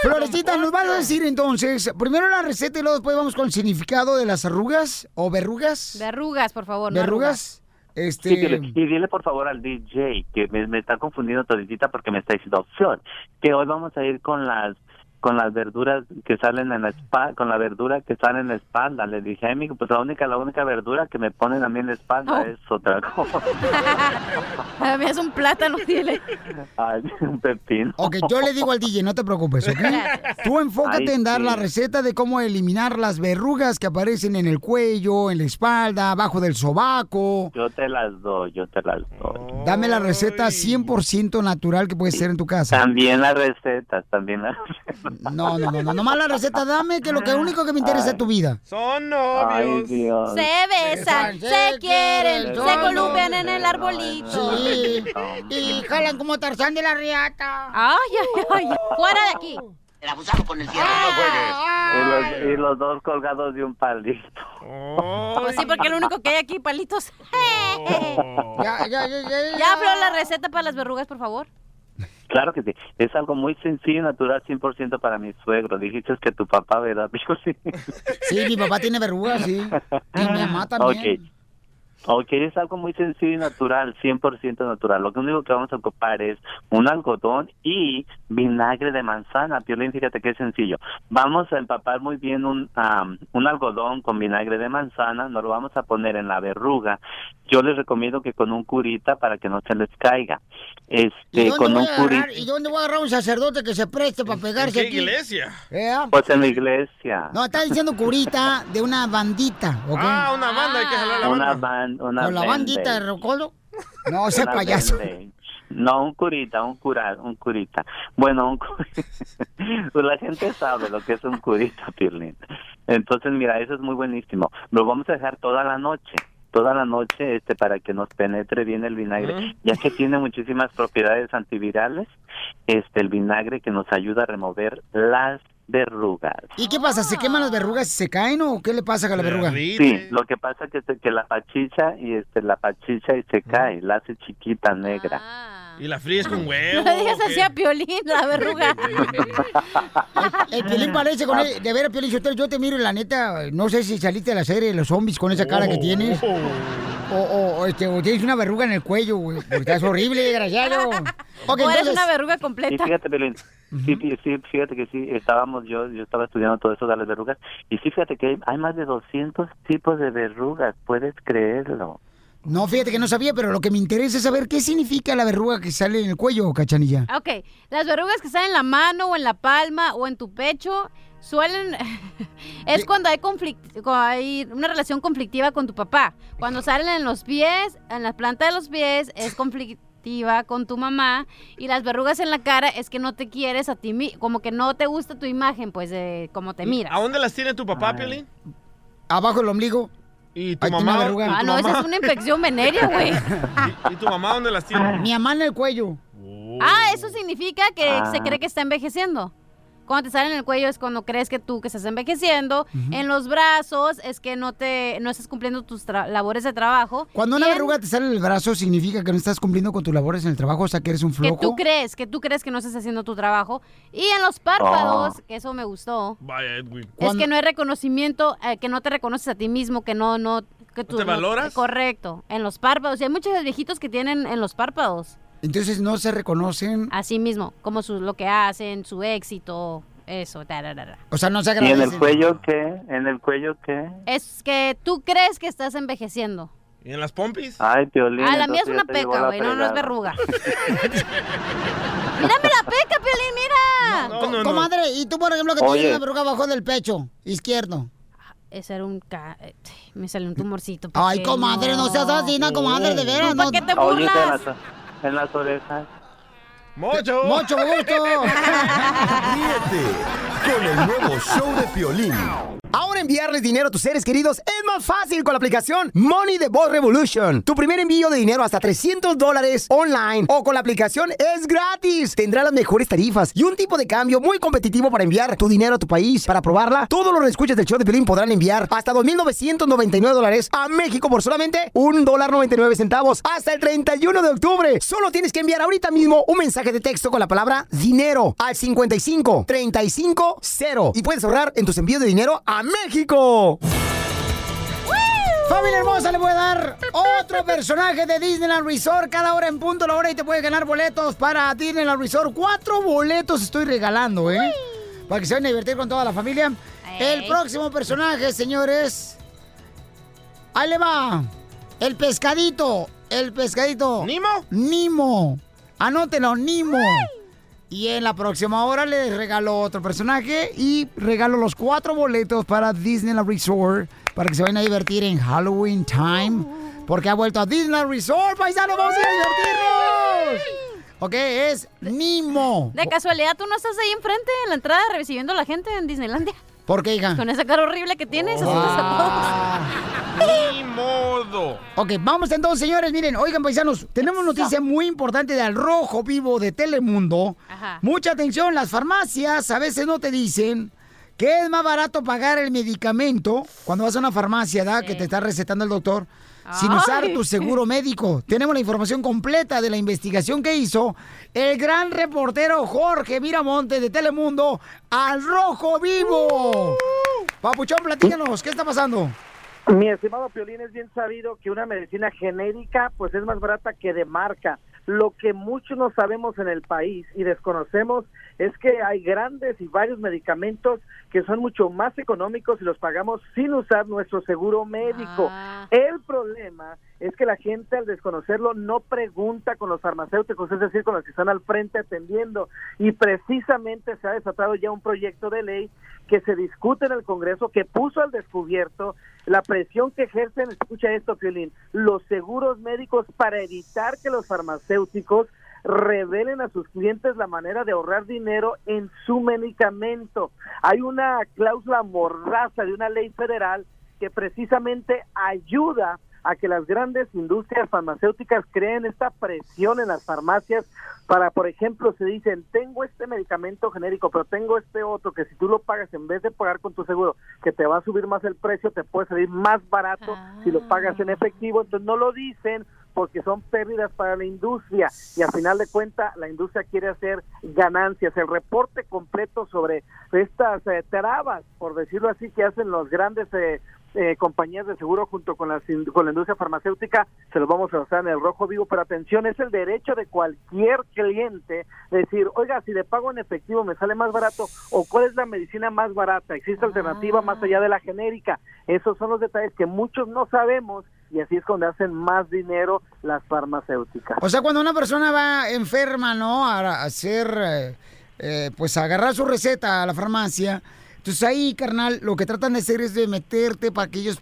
[SPEAKER 2] Florecita, ¿nos vas a decir entonces primero la receta y luego después vamos con el significado de las arrugas o verrugas?
[SPEAKER 4] Verrugas, por favor. no
[SPEAKER 2] ¿Verrugas?
[SPEAKER 19] Sí,
[SPEAKER 2] Este...
[SPEAKER 19] dile- y dile por favor al DJ que me, me está confundiendo toditita porque me está diciendo Flor que hoy vamos a ir con las con las verduras que salen en la espalda, con la verdura que sale en la espalda. Le dije, ay, mijo, pues la única, la única verdura que me ponen a mí en la espalda
[SPEAKER 4] Oh.
[SPEAKER 19] es otra cosa.
[SPEAKER 4] A mí es Ah, un plátano, dile.
[SPEAKER 19] Ay, un pepino.
[SPEAKER 2] Ok, yo le digo al DJ, no te preocupes, ¿ok? Tú enfócate
[SPEAKER 19] Ay,
[SPEAKER 2] en dar
[SPEAKER 19] sí.
[SPEAKER 2] la receta de cómo eliminar las verrugas que aparecen en el cuello, en la espalda, abajo del sobaco.
[SPEAKER 19] Yo te las doy, yo te las doy.
[SPEAKER 2] Dame la receta 100% natural que puede ser en tu casa.
[SPEAKER 19] También las recetas, también las
[SPEAKER 2] No, no, no, no, nomás la receta dame, que lo que único que me interesa es tu vida.
[SPEAKER 3] Son
[SPEAKER 15] Oh,
[SPEAKER 19] Ay, Dios.
[SPEAKER 4] Se besan, se quieren, se
[SPEAKER 2] Son
[SPEAKER 4] columpian en el arbolito.
[SPEAKER 2] Sí. Y jalan como Tarzán de la Riata.
[SPEAKER 4] Ay, ay, ay. Fuera de aquí.
[SPEAKER 17] El abusado con el cierre.
[SPEAKER 4] Ah,
[SPEAKER 19] Y los, y los dos colgados de un palito.
[SPEAKER 4] Pues sí, porque lo único que hay aquí, palitos. Oh.
[SPEAKER 2] Ya, ya, ya, ya.
[SPEAKER 4] Ya, Flor, la receta para las verrugas, por favor.
[SPEAKER 19] Claro que sí. Es algo muy sencillo y natural, 100% para mi suegro. Dijiste que tu papá, ¿verdad? Dijo sí.
[SPEAKER 2] Sí, mi papá tiene verrugas, sí. Y mi mamá también.
[SPEAKER 19] Ok. Ok, es algo muy sencillo y natural, 100% natural. Lo único que vamos a ocupar es un algodón y vinagre de manzana. Piolín, fíjate qué sencillo. Vamos a empapar muy bien un, am, un algodón con vinagre de manzana. Nos lo vamos a poner en la verruga. Yo les recomiendo que con un curita para que no se les caiga. Este,
[SPEAKER 2] ¿Dónde
[SPEAKER 19] con
[SPEAKER 2] voy
[SPEAKER 19] un
[SPEAKER 2] a
[SPEAKER 19] curita.
[SPEAKER 2] agarrar- ¿Y dónde voy a agarrar un sacerdote que se preste para pegarse
[SPEAKER 3] ¿Qué
[SPEAKER 2] aquí?
[SPEAKER 3] iglesia?
[SPEAKER 2] ¿Eh?
[SPEAKER 19] Pues en la iglesia.
[SPEAKER 2] No, está diciendo curita de una bandita, ¿ok? Ah.
[SPEAKER 3] Ah, una banda, hay que jalar la
[SPEAKER 19] una
[SPEAKER 3] banda.
[SPEAKER 19] ban- una
[SPEAKER 2] Con la
[SPEAKER 19] vende.
[SPEAKER 2] bandita de Rocolo. No, ese
[SPEAKER 19] Una
[SPEAKER 2] payaso.
[SPEAKER 19] vende. No, un curita, un cural, un curita. Bueno, un cu- Pues la gente sabe lo que es un curita, Pirlín. Entonces, mira, eso es muy buenísimo. Lo vamos a dejar toda la noche, toda la noche, este, para que nos penetre bien el vinagre, ya que tiene muchísimas propiedades antivirales, este, el vinagre que nos ayuda a remover las verrugas.
[SPEAKER 2] ¿Y qué pasa?
[SPEAKER 3] Ah.
[SPEAKER 2] ¿Se queman las verrugas y se caen o qué le pasa con la verruga?
[SPEAKER 19] Sí, lo que pasa que se- que la pachicha y este la pachicha y se cae, la hace chiquita negra.
[SPEAKER 3] Y la fríes con
[SPEAKER 4] No
[SPEAKER 3] huevo.
[SPEAKER 4] le digas así a Piolín, la verruga.
[SPEAKER 2] El Piolín parece
[SPEAKER 3] Ah.
[SPEAKER 2] con él. De ver, Piolín, Sotelo, yo te miro y la neta, no sé si saliste de la serie de los zombies con esa cara
[SPEAKER 3] Oh.
[SPEAKER 2] que tienes. O, o- o, este, o tienes una verruga en el cuello, güey. porque Estás horrible, desgraciado. Ok,
[SPEAKER 4] o eres
[SPEAKER 2] entonces-
[SPEAKER 4] una verruga
[SPEAKER 19] Y
[SPEAKER 4] completa.
[SPEAKER 19] fíjate, Belén, sí, sí, sí, fíjate que sí, estábamos yo, yo estaba estudiando todo eso de las verrugas y sí, fíjate que hay, hay más de 200 tipos de verrugas, puedes creerlo.
[SPEAKER 2] No, fíjate que no sabía, pero lo que me interesa es saber qué significa la verruga que sale en el cuello, cachanilla.
[SPEAKER 4] Ok, las verrugas que salen en la mano o en la palma o en tu pecho suelen... es cuando hay, conflict- cuando hay una relación conflictiva con tu papá. Cuando salen en los pies, en la planta de los pies, es conflictiva con tu mamá. Y las verrugas en la cara es que no te quieres a ti mismo, como que no te gusta tu imagen, pues, de cómo te miras.
[SPEAKER 3] ¿A dónde las tiene tu papá, Piolín?
[SPEAKER 2] Abajo el ombligo.
[SPEAKER 3] ¿Y tu
[SPEAKER 2] Ahí tiene
[SPEAKER 3] mamá?
[SPEAKER 2] una verruga.
[SPEAKER 3] ¿Y tu
[SPEAKER 4] Ah, no, esa
[SPEAKER 3] mamá?
[SPEAKER 4] es una infección venérea, güey.
[SPEAKER 3] ¿Y tu mamá Ah, dónde las Oh. tiene?
[SPEAKER 2] Mi mamá en el cuello.
[SPEAKER 4] Ah, eso significa que
[SPEAKER 3] Ah.
[SPEAKER 4] se cree que está envejeciendo. Cuando te sale en el cuello es cuando crees que tú que estás envejeciendo.
[SPEAKER 2] Ujú.
[SPEAKER 4] En los brazos es que no te no estás cumpliendo tus tra- labores de trabajo.
[SPEAKER 2] Cuando una
[SPEAKER 4] Y en-
[SPEAKER 2] verruga te sale en el brazo, significa que no estás cumpliendo con tus labores en el trabajo, o sea, que eres un
[SPEAKER 4] que
[SPEAKER 2] flojo.
[SPEAKER 4] tú crees, que tú crees que no estás haciendo tu trabajo. Y en los párpados,
[SPEAKER 2] Oh.
[SPEAKER 4] que eso me gustó,
[SPEAKER 3] Vaya, Edwin.
[SPEAKER 4] es que no hay reconocimiento, eh, que no te reconoces a ti mismo, que no, no, que tú
[SPEAKER 3] te valoras?
[SPEAKER 4] correcto, en los párpados. Y hay muchos viejitos que tienen en los párpados,
[SPEAKER 2] Entonces no se reconocen,
[SPEAKER 4] a sí mismo, como su, lo que hacen, su éxito, eso, tararara.
[SPEAKER 2] o sea, no se
[SPEAKER 19] ¿Y en el
[SPEAKER 2] agradecen.
[SPEAKER 19] cuello qué? ¿En el cuello qué?
[SPEAKER 4] Es que tú crees que estás envejeciendo.
[SPEAKER 3] ¿Y en las pompis?
[SPEAKER 19] Ay, Piolín.
[SPEAKER 4] Ah, la mía es
[SPEAKER 19] Pues,
[SPEAKER 4] una
[SPEAKER 19] entonces ya te llevó
[SPEAKER 4] peca,
[SPEAKER 19] la
[SPEAKER 4] güey, no, no es
[SPEAKER 19] fregada.
[SPEAKER 4] verruga. ¡Mírame la peca, Piolín, mira!
[SPEAKER 2] Co- Comadre, ¿y tú, por ejemplo, que
[SPEAKER 4] Oye.
[SPEAKER 2] tienes una verruga abajo del pecho izquierdo?
[SPEAKER 4] Ese era un... ca- eh, Me salió un tumorcito. ¿por
[SPEAKER 2] Ay,
[SPEAKER 4] qué
[SPEAKER 2] comadre, no, seas así, no, comadre, de veras.
[SPEAKER 4] ¿Tú pa'
[SPEAKER 2] No.
[SPEAKER 4] qué te
[SPEAKER 19] Oye, ¿y en
[SPEAKER 4] burlas?
[SPEAKER 19] las, en las orejas.
[SPEAKER 3] ¡Mocho!
[SPEAKER 2] ¡Mocho gusto!
[SPEAKER 6] Ríete con el nuevo show de Piolín.
[SPEAKER 2] Ahora enviarles dinero a tus seres queridos es más fácil con la aplicación Money the Boss Revolution. Tu primer envío de dinero hasta 300 dólares online o con la aplicación es gratis. Tendrá las mejores tarifas y un tipo de cambio muy competitivo para enviar tu dinero a tu país. Para probarla, todos los escuchas del show de Pelín podrán enviar hasta 2.999 dólares a México por solamente $1.99 centavos hasta el 31 de octubre. Solo tienes que enviar ahorita mismo un mensaje de texto con la palabra dinero al 55 35 0 y puedes ahorrar en tus envíos de dinero a México. Familia hermosa, le voy a dar otro personaje de Disneyland Resort cada hora en punto la hora y te puedes ganar boletos para Disneyland Resort. Cuatro boletos estoy regalando, ¿eh? Para que se vayan a divertir con toda la familia. El próximo personaje, señores. Ahí le va. El pescadito. El pescadito. ¿Nimo? Nimo. Anótelo, Nimo. Y en la próxima hora les regalo otro personaje y regalo los cuatro boletos para Disneyland Resort para que se vayan a divertir en Halloween Time. Porque ha vuelto a Disneyland Resort, paisanos, vamos a divertirnos. Ok, es Nimo.
[SPEAKER 4] De casualidad, ¿tú no estás ahí enfrente, en la entrada, recibiendo a la gente en Disneylandia?
[SPEAKER 2] ¿Por qué, hija?
[SPEAKER 4] Con esa cara horrible que tienes, asustas a todos.
[SPEAKER 3] Ni modo.
[SPEAKER 2] Ok, vamos entonces, señores. Miren, oigan, paisanos, tenemos noticia muy importante de Al Rojo Vivo de Telemundo.
[SPEAKER 15] Ajá.
[SPEAKER 2] Mucha atención, las farmacias a veces no te dicen que es más barato pagar el medicamento cuando vas a una farmacia, ¿da? Que te está recetando el doctor, sin usar
[SPEAKER 15] Ay.
[SPEAKER 2] tu seguro médico. Tenemos la información completa de la investigación que hizo el gran reportero Jorge Miramonte de Telemundo al Rojo Vivo.
[SPEAKER 15] Uh.
[SPEAKER 2] Papuchón, platícanos, ¿qué está pasando?
[SPEAKER 9] Mi estimado Piolín, es bien sabido que una medicina genérica pues es más barata que de marca. Lo que muchos no sabemos en el país y desconocemos es que hay grandes y varios medicamentos que son mucho más económicos y los pagamos sin usar nuestro seguro médico. El problema es que la gente al desconocerlo no pregunta con los farmacéuticos, es decir, con los que están al frente atendiendo. Y precisamente se ha desatado ya un proyecto de ley que se discute en el Congreso, que puso al descubierto la presión que ejercen, escucha esto, Piolín, los seguros médicos para evitar que los farmacéuticos revelen a sus clientes la manera de ahorrar dinero en su medicamento. Hay una cláusula mordaza de una ley federal que precisamente ayuda a que las grandes industrias farmacéuticas creen esta presión en las farmacias para, por ejemplo, se dicen, tengo este medicamento genérico, pero tengo este otro que si tú lo pagas en vez de pagar con tu seguro, que te va a subir más el precio, te puede salir más barato si lo pagas en efectivo, entonces no lo dicen porque son pérdidas para la industria y al final de cuentas la industria quiere hacer ganancias. El reporte completo sobre estas eh, trabas, por decirlo así, que hacen los grandes eh, eh, compañías de seguro junto con, las in- con la industria farmacéutica, se los vamos a usar en el rojo vivo, pero atención, es el derecho de cualquier cliente decir, oiga, si le pago en efectivo me sale más barato o cuál es la medicina más barata, existe alternativa más allá de la genérica. Esos son los detalles que muchos no sabemos y así es cuando hacen más dinero las farmacéuticas.
[SPEAKER 2] O sea, cuando una persona va enferma, ¿no? A a hacer, eh, eh, pues a agarrar su receta a la farmacia. Entonces ahí, carnal, lo que tratan de hacer es de meterte para que ellos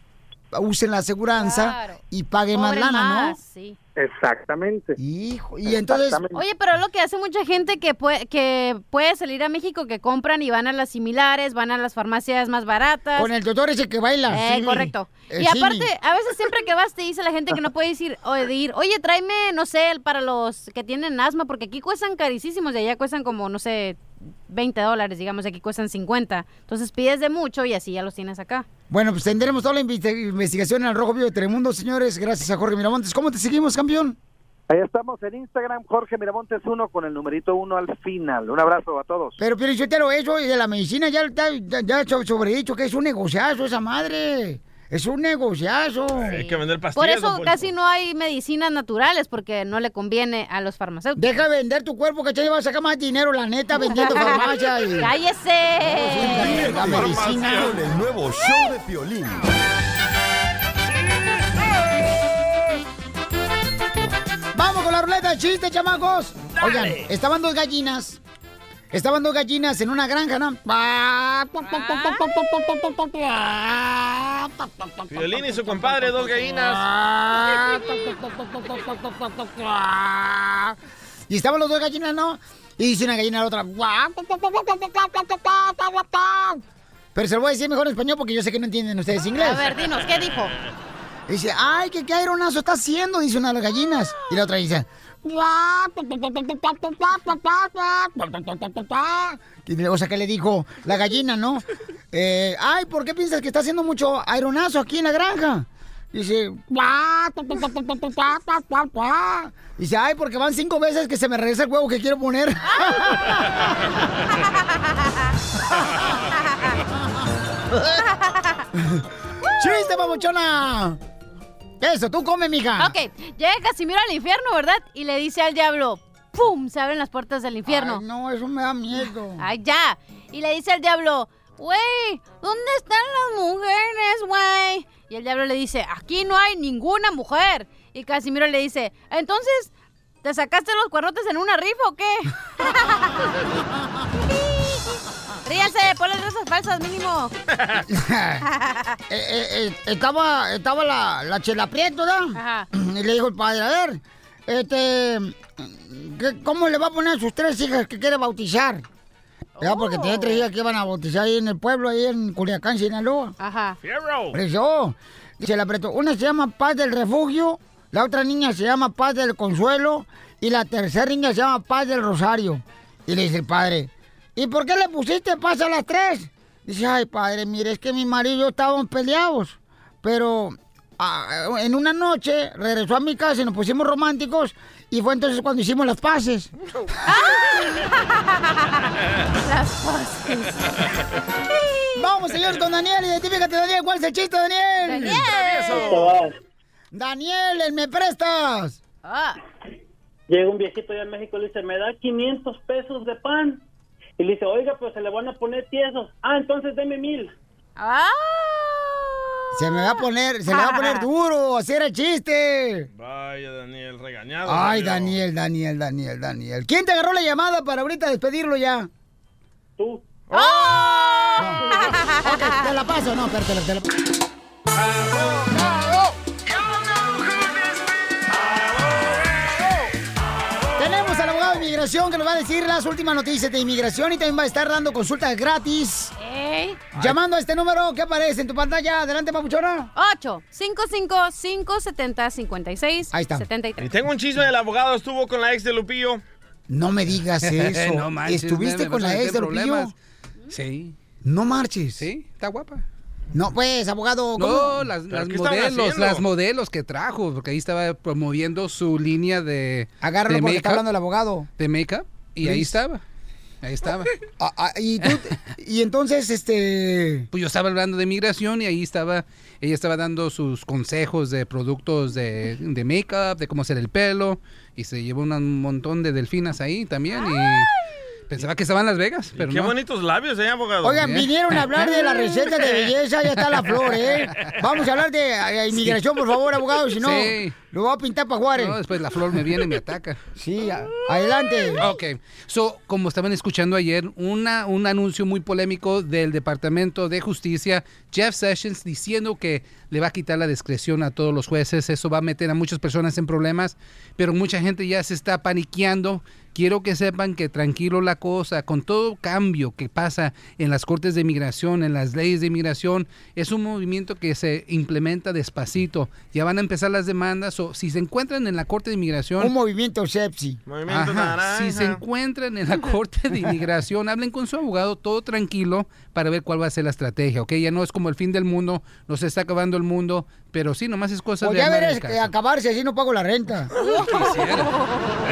[SPEAKER 2] usen la aseguranza y paguen más
[SPEAKER 4] Cobren
[SPEAKER 2] lana,
[SPEAKER 4] más,
[SPEAKER 2] ¿no?
[SPEAKER 4] sí.
[SPEAKER 9] Exactamente.
[SPEAKER 2] Hijo, y entonces...
[SPEAKER 4] Oye, pero es lo que hace mucha gente que puede, que puede salir a México, que compran y van a las similares, van a las farmacias más baratas.
[SPEAKER 2] Con el doctor ese que baila.
[SPEAKER 4] Eh,
[SPEAKER 2] sí.
[SPEAKER 4] correcto.
[SPEAKER 2] Eh,
[SPEAKER 4] y
[SPEAKER 2] sí.
[SPEAKER 4] aparte, a veces siempre que vas te dice la gente que no puede decir, o de ir, oye, tráeme, no sé, el- para los que tienen asma, porque aquí cuestan carísimos y allá cuestan como, no sé, 20 dólares, digamos, y aquí cuestan 50. Entonces pides de mucho y así ya los tienes acá.
[SPEAKER 2] Bueno, pues tendremos toda la inve- investigación en el Rojo Vivo de Telemundo, señores. Gracias a Jorge Miramontes. ¿Cómo te seguimos, campeón?
[SPEAKER 9] Ahí estamos en Instagram, Jorge Miramontes 1 con el numerito 1 al final. Un abrazo a todos.
[SPEAKER 2] Pero, Pio Lichotero, eso de la medicina ya está ya, ya so- sobredicho que es un negociazo esa madre. Es un negociazo.
[SPEAKER 3] Hay que vender pastillas.
[SPEAKER 4] Por
[SPEAKER 3] don
[SPEAKER 4] eso
[SPEAKER 3] Poncho.
[SPEAKER 4] casi no hay medicinas naturales, porque no le conviene a los farmacéuticos.
[SPEAKER 2] Deja vender tu cuerpo, que te va a sacar más dinero, la neta, vendiendo farmacia. Y...
[SPEAKER 4] ¡Cállese!
[SPEAKER 2] La medicina.
[SPEAKER 6] Con el nuevo show de Piolín.
[SPEAKER 2] Vamos con la ruleta de chistes, chamacos. Oigan, estaban dos gallinas. Estaban dos gallinas en una granja, ¿no?
[SPEAKER 4] Ah.
[SPEAKER 3] Violín y su compadre, dos
[SPEAKER 2] Ah.
[SPEAKER 3] gallinas.
[SPEAKER 2] Y estaban los dos gallinas, ¿no? Y dice una gallina a la otra. Pero se lo voy a decir mejor en español porque yo sé que no entienden ustedes inglés.
[SPEAKER 4] A ver, dinos, ¿qué dijo?
[SPEAKER 2] Dice, ay, ¿qué, qué aeronazo está haciendo? Dice una de las gallinas. Y la otra dice, y luego, o sea, ¿qué le dijo la gallina, no? Eh, ay, ¿por qué piensas que está haciendo mucho aeronazo aquí en la granja? Dice, dice, ay, porque van cinco veces que se me regresa el huevo que quiero poner.
[SPEAKER 4] ¡Ah!
[SPEAKER 2] ¡Chiste, mamuchona! Eso, tú come, mija.
[SPEAKER 4] Ok, llega Casimiro al infierno, ¿verdad? Y le dice al diablo, ¡pum! Se abren las puertas del infierno.
[SPEAKER 2] Ay, no, eso me da miedo.
[SPEAKER 4] Ay, ya. Y le dice al diablo, güey, ¿dónde están las mujeres, güey? Y el diablo le dice, aquí no hay ninguna mujer. Y Casimiro le dice, entonces, ¿te sacaste los cuernotes en una rifa o qué? Ríase, ponle risas falsas mínimo.
[SPEAKER 2] Eh, eh, eh, estaba estaba la, la chela Prieto, ¿verdad? Y le dijo el padre, a ver, este, ¿qué- ¿cómo le va a poner a sus tres hijas que quiere bautizar? ¿Verdad? Porque tenía tres hijas que iban a bautizar ahí en el pueblo, ahí en Culiacán, Sinaloa.
[SPEAKER 4] Ajá.
[SPEAKER 15] ¡Fierro!
[SPEAKER 2] Por eso, dice la Prieto, una se llama Paz del Refugio, la otra niña se llama Paz del Consuelo y la tercera niña se llama Paz del Rosario. Y le dice el padre, ¿y por qué le pusiste paz a las tres? Dice, ay padre, mire, es que mi marido y yo estábamos peleados, pero ah, en una noche regresó a mi casa y nos pusimos románticos y fue entonces cuando hicimos las paces.
[SPEAKER 15] Las
[SPEAKER 2] Vamos, señor, con Daniel, identifícate, Daniel, ¿cuál es el chiste, Daniel?
[SPEAKER 15] Daniel. Travieso.
[SPEAKER 2] Daniel, el me prestas.
[SPEAKER 20] Llega un viejito allá en México y le dice, me da 500 pesos de pan. Y le dice, oiga, pero se le van a poner tiesos. Ah, entonces deme mil.
[SPEAKER 4] Ah,
[SPEAKER 2] Se me va a poner, se le va a poner duro hacer el chiste.
[SPEAKER 3] Vaya, Daniel, regañado.
[SPEAKER 2] Ay,
[SPEAKER 3] salió.
[SPEAKER 2] Daniel, Daniel, Daniel, Daniel. ¿Quién te agarró la llamada para ahorita despedirlo ya? ¡Oh!
[SPEAKER 20] Tú.
[SPEAKER 2] Ok, te la paso, no, espérate, te la Tenemos al abogado de inmigración que nos va a decir las últimas noticias de inmigración y también va a estar dando consultas gratis.
[SPEAKER 4] ¿Eh?
[SPEAKER 2] Llamando a este número que aparece en tu pantalla. Adelante, papuchona.
[SPEAKER 4] 8 55 570 56
[SPEAKER 3] Ahí está.
[SPEAKER 4] 73.
[SPEAKER 3] Y tengo un chisme del abogado, estuvo con la ex de Lupillo.
[SPEAKER 2] No me digas eso. ¿Estuviste con la ex de Lupillo?
[SPEAKER 21] Sí.
[SPEAKER 2] No marches.
[SPEAKER 21] Sí, está guapa.
[SPEAKER 2] No, pues, abogado. ¿cómo?
[SPEAKER 21] No, las, las modelos, las modelos que trajo, porque ahí estaba promoviendo su línea de.
[SPEAKER 2] Agárralo
[SPEAKER 21] de
[SPEAKER 2] porque está
[SPEAKER 21] make-up,
[SPEAKER 2] hablando el abogado.
[SPEAKER 21] De make-up, y ahí
[SPEAKER 2] Luis. Ah,
[SPEAKER 21] estaba. Ahí estaba.
[SPEAKER 2] y, entonces, este.
[SPEAKER 21] Pues yo estaba hablando de migración y ahí estaba. Ella estaba dando sus consejos de productos de, de make-up, de cómo hacer el pelo, y se llevó un montón de delfinas ahí también. Y pensaba que estaba en Las Vegas, pero
[SPEAKER 3] Qué
[SPEAKER 21] no.
[SPEAKER 3] bonitos labios, ¿eh, abogado?
[SPEAKER 2] Oigan, vinieron a hablar de la receta de belleza, ya está la flor, ¿eh? Vamos a hablar de eh, inmigración, por favor, abogado, si no,
[SPEAKER 21] Sí.
[SPEAKER 2] lo voy a pintar para Juárez.
[SPEAKER 21] No, después la flor me viene y me ataca.
[SPEAKER 2] Sí, adelante.
[SPEAKER 21] Ah, Ok. So, como estaban escuchando ayer, una, un anuncio muy polémico del Departamento de Justicia, Jeff Sessions, diciendo que le va a quitar la discreción a todos los jueces. Eso va a meter a muchas personas en problemas, pero mucha gente ya se está paniqueando. Quiero que sepan que tranquilo la cosa, con todo cambio que pasa en las cortes de inmigración, en las leyes de inmigración, es un movimiento que se implementa despacito. Ya van a empezar las demandas o si se encuentran en la corte de inmigración...
[SPEAKER 2] Un movimiento sepsi.
[SPEAKER 21] Movimiento naranja. si se encuentran en la corte de inmigración, hablen con su abogado, todo tranquilo, para ver cuál va a ser la estrategia, ¿ok? Ya no es como el fin del mundo, no se está acabando el mundo, pero sí, nomás es cosa
[SPEAKER 2] O
[SPEAKER 21] de
[SPEAKER 2] Pues ya
[SPEAKER 21] andar en
[SPEAKER 2] verás
[SPEAKER 21] casa.
[SPEAKER 2] que acabarse, así no pago la renta.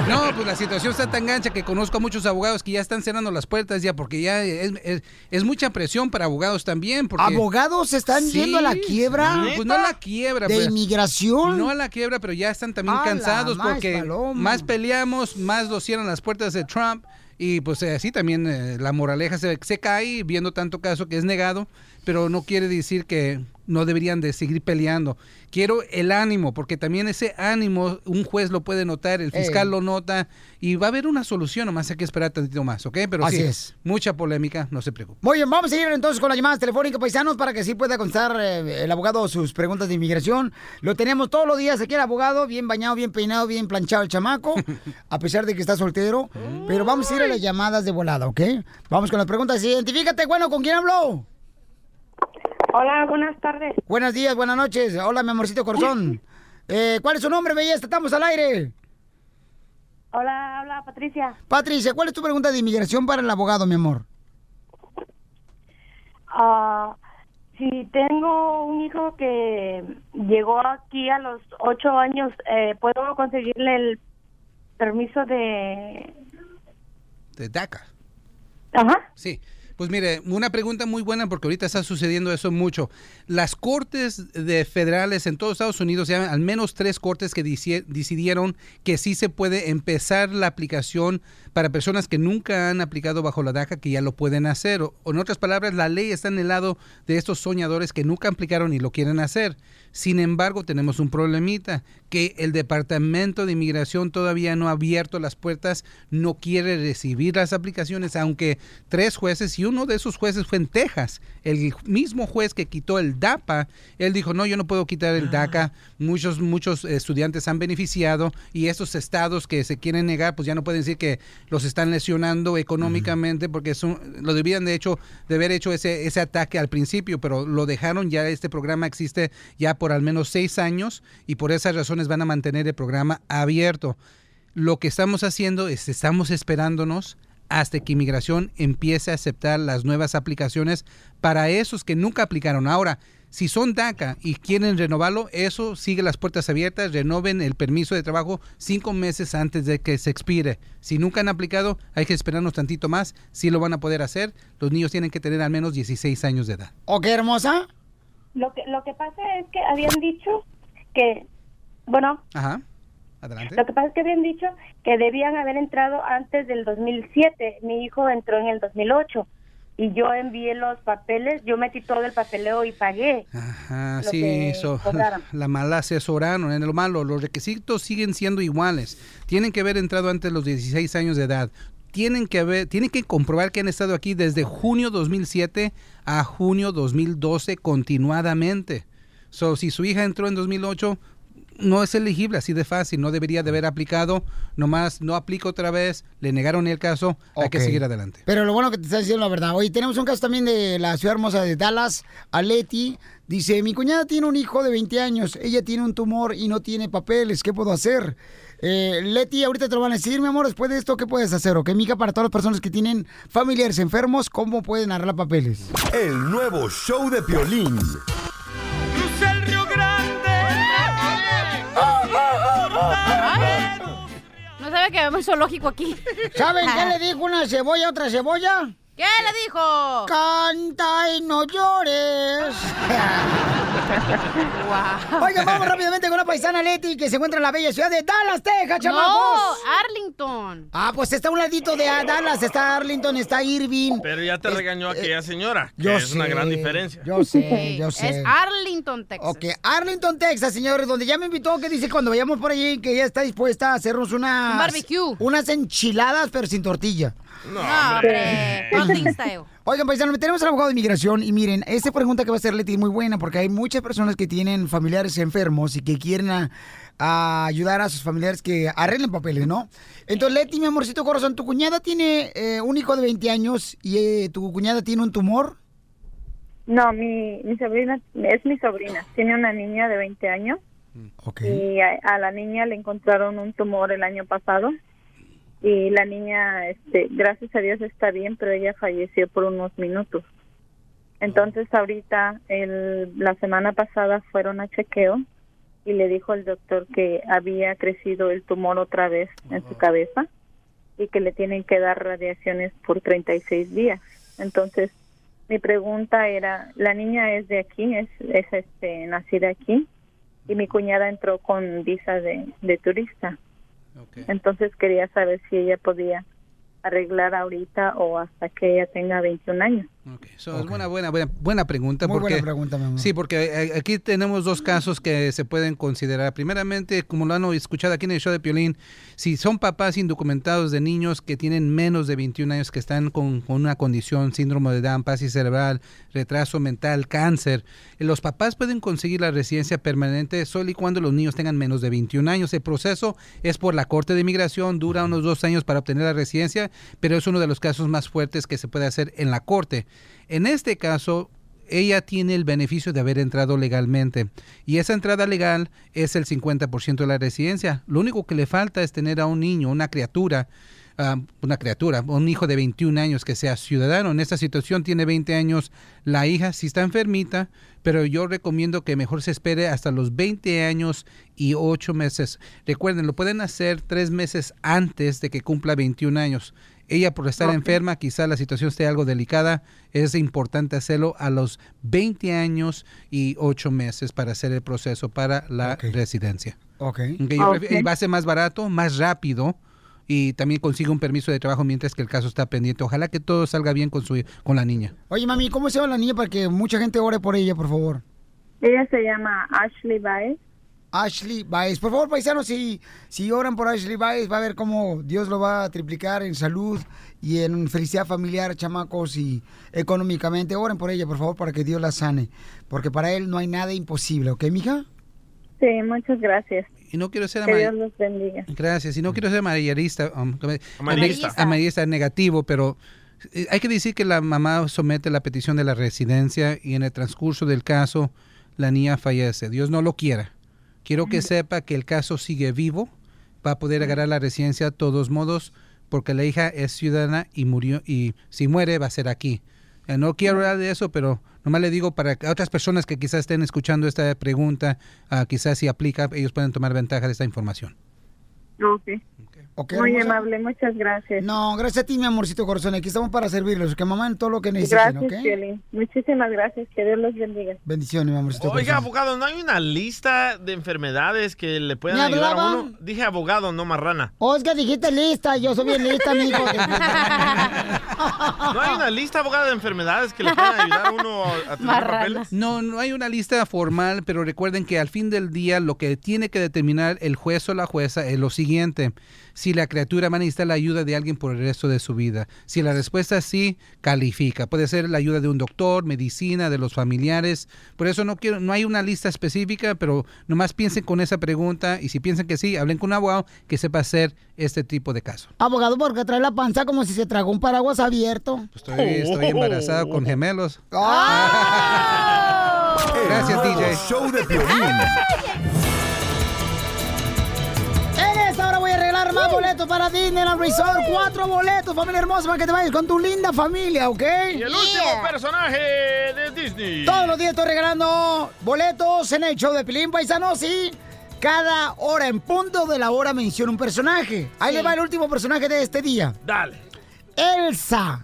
[SPEAKER 21] No, pues la situación está tan gancha que conozco a muchos abogados que ya están cerrando las puertas ya, porque ya es, es- es mucha presión para abogados también. Porque...
[SPEAKER 2] ¿Abogados se están yendo a la quiebra?
[SPEAKER 21] No, Pues no a la quiebra.
[SPEAKER 2] ¿De
[SPEAKER 21] pero-
[SPEAKER 2] inmigración?
[SPEAKER 21] No a la quiebra, pero ya están también
[SPEAKER 2] A la
[SPEAKER 21] cansados
[SPEAKER 2] más
[SPEAKER 21] porque
[SPEAKER 2] paloma.
[SPEAKER 21] más peleamos, más nos cierran las puertas de Trump. Y pues eh, así también eh, la moraleja se, se cae viendo tanto caso que es negado, pero no quiere decir que no deberían de seguir peleando. Quiero el ánimo, porque también ese ánimo un juez lo puede notar, el fiscal
[SPEAKER 2] Ey.
[SPEAKER 21] lo nota y va a haber una solución, nomás hay que esperar tantito más, ¿ok? Pero
[SPEAKER 2] Así
[SPEAKER 21] sí,
[SPEAKER 2] es.
[SPEAKER 21] mucha polémica, no se preocupe.
[SPEAKER 2] Muy bien, vamos a seguir entonces con las llamadas telefónicas paisanos para que así pueda contestar eh, el abogado sus preguntas de inmigración. Lo tenemos todos los días aquí el abogado, bien bañado, bien peinado, bien planchado el chamaco, a pesar de que está soltero. Pero vamos a ir a las llamadas de volada, ¿ok? Vamos con las preguntas. Identifícate, bueno, ¿con quién habló?
[SPEAKER 18] Hola, buenas tardes.
[SPEAKER 2] Buenos días, buenas noches. Hola, mi amorcito corazón. Eh, ¿Cuál es su nombre, belleza? Estamos al aire.
[SPEAKER 18] Hola, habla Patricia.
[SPEAKER 2] Patricia, ¿cuál es tu pregunta de inmigración para el abogado, mi amor?
[SPEAKER 18] Ah, si tengo un hijo que llegó aquí a los ocho años, eh, ¿puedo conseguirle el permiso de...
[SPEAKER 21] De DACA.
[SPEAKER 18] Ajá.
[SPEAKER 21] Sí. Pues mire, una pregunta muy buena porque ahorita está sucediendo eso mucho. Las cortes de federales en todos Estados Unidos, ya al menos tres cortes que dici- decidieron que sí se puede empezar la aplicación para personas que nunca han aplicado bajo la DACA, que ya lo pueden hacer. O, o en otras palabras, la ley está en el lado de estos soñadores que nunca aplicaron y lo quieren hacer. Sin embargo, tenemos un problemita, que el Departamento de Inmigración todavía no ha abierto las puertas, no quiere recibir las aplicaciones, aunque tres jueces, y uno de esos jueces fue en Texas, el mismo juez que quitó el DAPA, él dijo, no, yo no puedo quitar el DACA, muchos, muchos estudiantes han beneficiado y estos estados que se quieren negar, pues ya no pueden decir que los están lesionando económicamente porque es un- lo debían de hecho de haber hecho ese, ese ataque al principio, pero lo dejaron ya. Este programa existe ya por al menos seis años y por esas razones van a mantener el programa abierto. Lo que estamos haciendo es estamos esperándonos hasta que inmigración empiece a aceptar las nuevas aplicaciones para esos que nunca aplicaron. Ahora, si son DACA y quieren renovarlo, eso sigue las puertas abiertas, renoven el permiso de trabajo cinco meses antes de que se expire. Si nunca han aplicado, hay que esperarnos tantito más, si lo van a poder hacer. Los niños tienen que tener al menos 16 años de edad.
[SPEAKER 2] Ok, hermosa.
[SPEAKER 18] Lo que, lo que pasa es que habían dicho que, bueno,
[SPEAKER 21] Ajá. Adelante.
[SPEAKER 18] Lo que pasa es que habían dicho que debían haber entrado antes del 2007. Mi hijo entró en el 2008 y yo envié los papeles, yo metí todo el papeleo y pagué.
[SPEAKER 21] Ajá,
[SPEAKER 18] lo
[SPEAKER 21] sí,
[SPEAKER 18] que
[SPEAKER 21] eso.
[SPEAKER 18] cobraron.
[SPEAKER 21] La mala asesoraron en lo malo. Los requisitos siguen siendo iguales. Tienen que haber entrado antes de los 16 años de edad. Tienen que haber, tienen que comprobar que han estado aquí desde junio 2007 a junio 2012 continuadamente. So, si su hija entró en 2008, no es elegible así de fácil. No debería de haber aplicado. Nomás no aplica otra vez. Le negaron el caso. Hay que
[SPEAKER 2] Ok.
[SPEAKER 21] seguir adelante.
[SPEAKER 2] Pero lo bueno que te está diciendo la verdad. Hoy tenemos un caso también de la ciudad hermosa de Dallas, Aleti. Dice, mi cuñada tiene un hijo de 20 años, ella tiene un tumor y no tiene papeles, ¿qué puedo hacer? Eh, Leti, ahorita te lo van a decir, mi amor, después de esto, ¿qué puedes hacer? ¿Ok, mija? Para todas las personas que tienen familiares enfermos, ¿cómo pueden arreglar papeles?
[SPEAKER 6] El nuevo show de Piolín.
[SPEAKER 4] No sabe que vemos zoológico aquí.
[SPEAKER 2] ¿Saben qué le dijo una cebolla a otra cebolla?
[SPEAKER 4] ¿Qué le dijo?
[SPEAKER 2] Canta y no llores. Oigan, vamos rápidamente con una paisana Leti que se encuentra en la bella ciudad de Dallas, Texas,
[SPEAKER 4] No,
[SPEAKER 2] chamacos.
[SPEAKER 4] Arlington.
[SPEAKER 2] Ah, pues está a un ladito de Dallas, está Arlington, está Irving.
[SPEAKER 3] Pero ya te regañó aquella señora. Que
[SPEAKER 2] eh, yo
[SPEAKER 3] es una
[SPEAKER 2] sé,
[SPEAKER 3] gran diferencia.
[SPEAKER 2] Yo sé, yo sé.
[SPEAKER 4] Es Arlington, Texas.
[SPEAKER 2] Ok, Arlington, Texas, señores, donde ya me invitó, que dice cuando vayamos por allí que ella está dispuesta a hacernos unas...
[SPEAKER 4] Un barbecue.
[SPEAKER 2] Unas enchiladas, pero sin tortilla.
[SPEAKER 4] No, hombre. Hunting style.
[SPEAKER 2] Oigan, paisanos, tenemos al abogado de inmigración y miren, esta pregunta que va a hacer Leti es muy buena porque hay muchas personas que tienen familiares enfermos y que quieren a- a ayudar a sus familiares que arreglen papeles, ¿no? Entonces, Leti, mi amorcito corazón, tu cuñada tiene eh, un hijo de 20 años y eh, tu cuñada tiene un tumor.
[SPEAKER 18] No, mi, mi sobrina, es mi sobrina, tiene una niña de 20 años y a, a la niña le encontraron un tumor el año pasado y la niña, este, gracias a Dios está bien, pero ella falleció por unos minutos. Entonces ahorita, el, la semana pasada fueron a chequeo y le dijo el doctor que había crecido el tumor otra vez en su cabeza y que le tienen que dar radiaciones por 36 días. Entonces, mi pregunta era, la niña es de aquí, es, es este, nacida aquí, y mi cuñada entró con visa de, de turista. Entonces quería saber si ella podía arreglar ahorita o hasta que ella tenga 21 años.
[SPEAKER 21] Eso es buena, buena, buena, buena pregunta.
[SPEAKER 2] Muy
[SPEAKER 21] porque,
[SPEAKER 2] buena pregunta, mi amor.
[SPEAKER 21] Sí, porque eh, aquí tenemos dos casos que se pueden considerar. Primeramente, como lo han escuchado aquí en el show de Piolín, si son papás indocumentados de niños que tienen menos de 21 años, que están con, con una condición, síndrome de Down, pasis cerebral, retraso mental, cáncer, eh, los papás pueden conseguir la residencia permanente solo y cuando los niños tengan menos de 21 años. El proceso es por la Corte de Inmigración, dura unos dos años para obtener la residencia, pero es uno de los casos más fuertes que se puede hacer en la Corte. En este caso, ella tiene el beneficio de haber entrado legalmente. Y esa entrada legal es el 50% de la residencia. Lo único que le falta es tener a un niño, una criatura, ah, una criatura, un hijo de 21 años que sea ciudadano. En esta situación tiene 20 años la hija, si está enfermita, pero yo recomiendo que mejor se espere hasta los 20 años y 8 meses. Recuerden, lo pueden hacer 3 meses antes de que cumpla 21 años. Ella por estar enferma, quizá la situación esté algo delicada, es importante hacerlo a los 20 años y 8 meses para hacer el proceso para la residencia.
[SPEAKER 2] Ok.
[SPEAKER 21] Ok, yo
[SPEAKER 2] Ok.
[SPEAKER 21] prefiero- y va a ser más barato, más rápido y también consigue un permiso de trabajo mientras que el caso está pendiente. Ojalá que todo salga bien con su con la niña.
[SPEAKER 2] Oye, mami, ¿cómo se llama la niña para que mucha gente ore por ella, por favor?
[SPEAKER 18] Ella se llama Ashley Baez.
[SPEAKER 2] Ashley Baez. Por favor, paisanos, si, si oran por Ashley Baez, va a ver cómo Dios lo va a triplicar en salud y en felicidad familiar, chamacos, y económicamente. Oren por ella, por favor, para que Dios la sane. Porque para él no hay nada imposible, ¿ok, mija?
[SPEAKER 18] Sí, muchas gracias.
[SPEAKER 21] Y no quiero ser
[SPEAKER 18] Que Dios
[SPEAKER 21] amar-
[SPEAKER 18] los bendiga.
[SPEAKER 21] Gracias. Y no quiero ser amarillista, um, come-
[SPEAKER 18] Amarillista.
[SPEAKER 21] amari- amarillista negativo, pero eh, hay que decir que la mamá somete la petición de la residencia y en el transcurso del caso la niña fallece. Dios no lo quiera. Quiero que sepa que el caso sigue vivo, va a poder agarrar la residencia de todos modos, porque la hija es ciudadana y murió y si muere va a ser aquí. Eh, No quiero hablar de eso, pero nomás le digo para que otras personas que quizás estén escuchando esta pregunta, ah, quizás si aplica, ellos pueden tomar ventaja de esta información.
[SPEAKER 18] Ok.
[SPEAKER 2] Ok,
[SPEAKER 18] Muy
[SPEAKER 2] hermosa.
[SPEAKER 18] amable, muchas gracias.
[SPEAKER 2] No, gracias a ti, mi amorcito corazón. Aquí estamos para servirlos. Que mamá en todo lo que necesiten,
[SPEAKER 18] Gracias,
[SPEAKER 2] ¿ok?
[SPEAKER 18] Piolín. Muchísimas gracias. Que Dios los bendiga.
[SPEAKER 2] Bendiciones, mi amorcito
[SPEAKER 10] Oiga,
[SPEAKER 2] corazón.
[SPEAKER 10] abogado, ¿no hay una lista de enfermedades que le puedan
[SPEAKER 2] Me
[SPEAKER 10] ayudar a
[SPEAKER 2] hablaban.
[SPEAKER 10] uno? Dije abogado, no marrana.
[SPEAKER 2] Oscar, dijiste lista. Yo soy bien lista, amigo.
[SPEAKER 10] ¿No hay una lista, abogado, de enfermedades que le puedan ayudar a uno a tener papeles?
[SPEAKER 21] No, no hay una lista formal, pero recuerden que al fin del día lo que tiene que determinar el juez o la jueza es lo siguiente. Si la criatura va a necesitar la ayuda de alguien por el resto de su vida. Si la respuesta es sí, califica. Puede ser la ayuda de un doctor, medicina, de los familiares. Por eso no quiero, no hay una lista específica, pero nomás piensen con esa pregunta y si piensan que sí, hablen con un abogado que sepa hacer este tipo de caso.
[SPEAKER 2] Abogado, porque trae la panza como si se tragó un paraguas abierto.
[SPEAKER 21] Estoy, estoy embarazada
[SPEAKER 6] Oh.
[SPEAKER 21] con gemelos. Gracias, DJ.
[SPEAKER 6] Oh. Show de violín.
[SPEAKER 2] Oh. En esta hora voy a arreglar más boletos para Disneyland Resort. Cuatro boletos, familia hermosa, para que te vayas con tu linda familia, ¿ok?
[SPEAKER 10] Y el último personaje de Disney.
[SPEAKER 2] Todos los días estoy regalando boletos en el show de Pilín Paisanos y cada hora, en punto de la hora, menciono un personaje. Ahí le va el último personaje de este día.
[SPEAKER 10] Dale.
[SPEAKER 2] Elsa.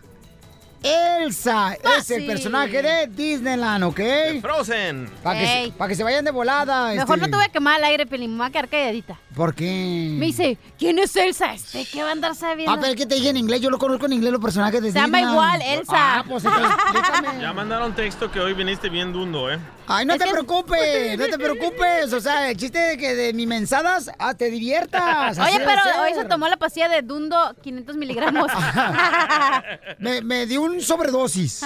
[SPEAKER 2] Elsa es el
[SPEAKER 10] Fácil.
[SPEAKER 2] personaje de Disneyland, ¿ok?
[SPEAKER 10] Frozen.
[SPEAKER 2] Para que, se-
[SPEAKER 4] Ey.
[SPEAKER 2] pa' que se vayan de volada.
[SPEAKER 4] Mejor
[SPEAKER 2] este.
[SPEAKER 4] no te voy a quemar al aire, Pelín. Me voy a quedar calladita.
[SPEAKER 2] ¿Por qué?
[SPEAKER 4] Me dice, ¿quién es Elsa? Este, ¿qué va a andar sabiendo?
[SPEAKER 2] Ah, pero es que te dije en inglés, yo lo conozco en inglés los personajes de
[SPEAKER 4] Se llama
[SPEAKER 2] Disneyland.
[SPEAKER 4] igual, Elsa.
[SPEAKER 2] Ah, pues entonces, explícame.
[SPEAKER 10] Ya mandaron texto que hoy viniste bien dundo, ¿eh?
[SPEAKER 2] Ay, no te preocupes, no te preocupes. O sea, el chiste de que de mis mensadas ah, te diviertas. así
[SPEAKER 4] Oye,
[SPEAKER 2] debe
[SPEAKER 4] pero
[SPEAKER 2] ser.
[SPEAKER 4] hoy se tomó la pastilla de Dundo 500 miligramos.
[SPEAKER 2] me, me dio un sobredosis.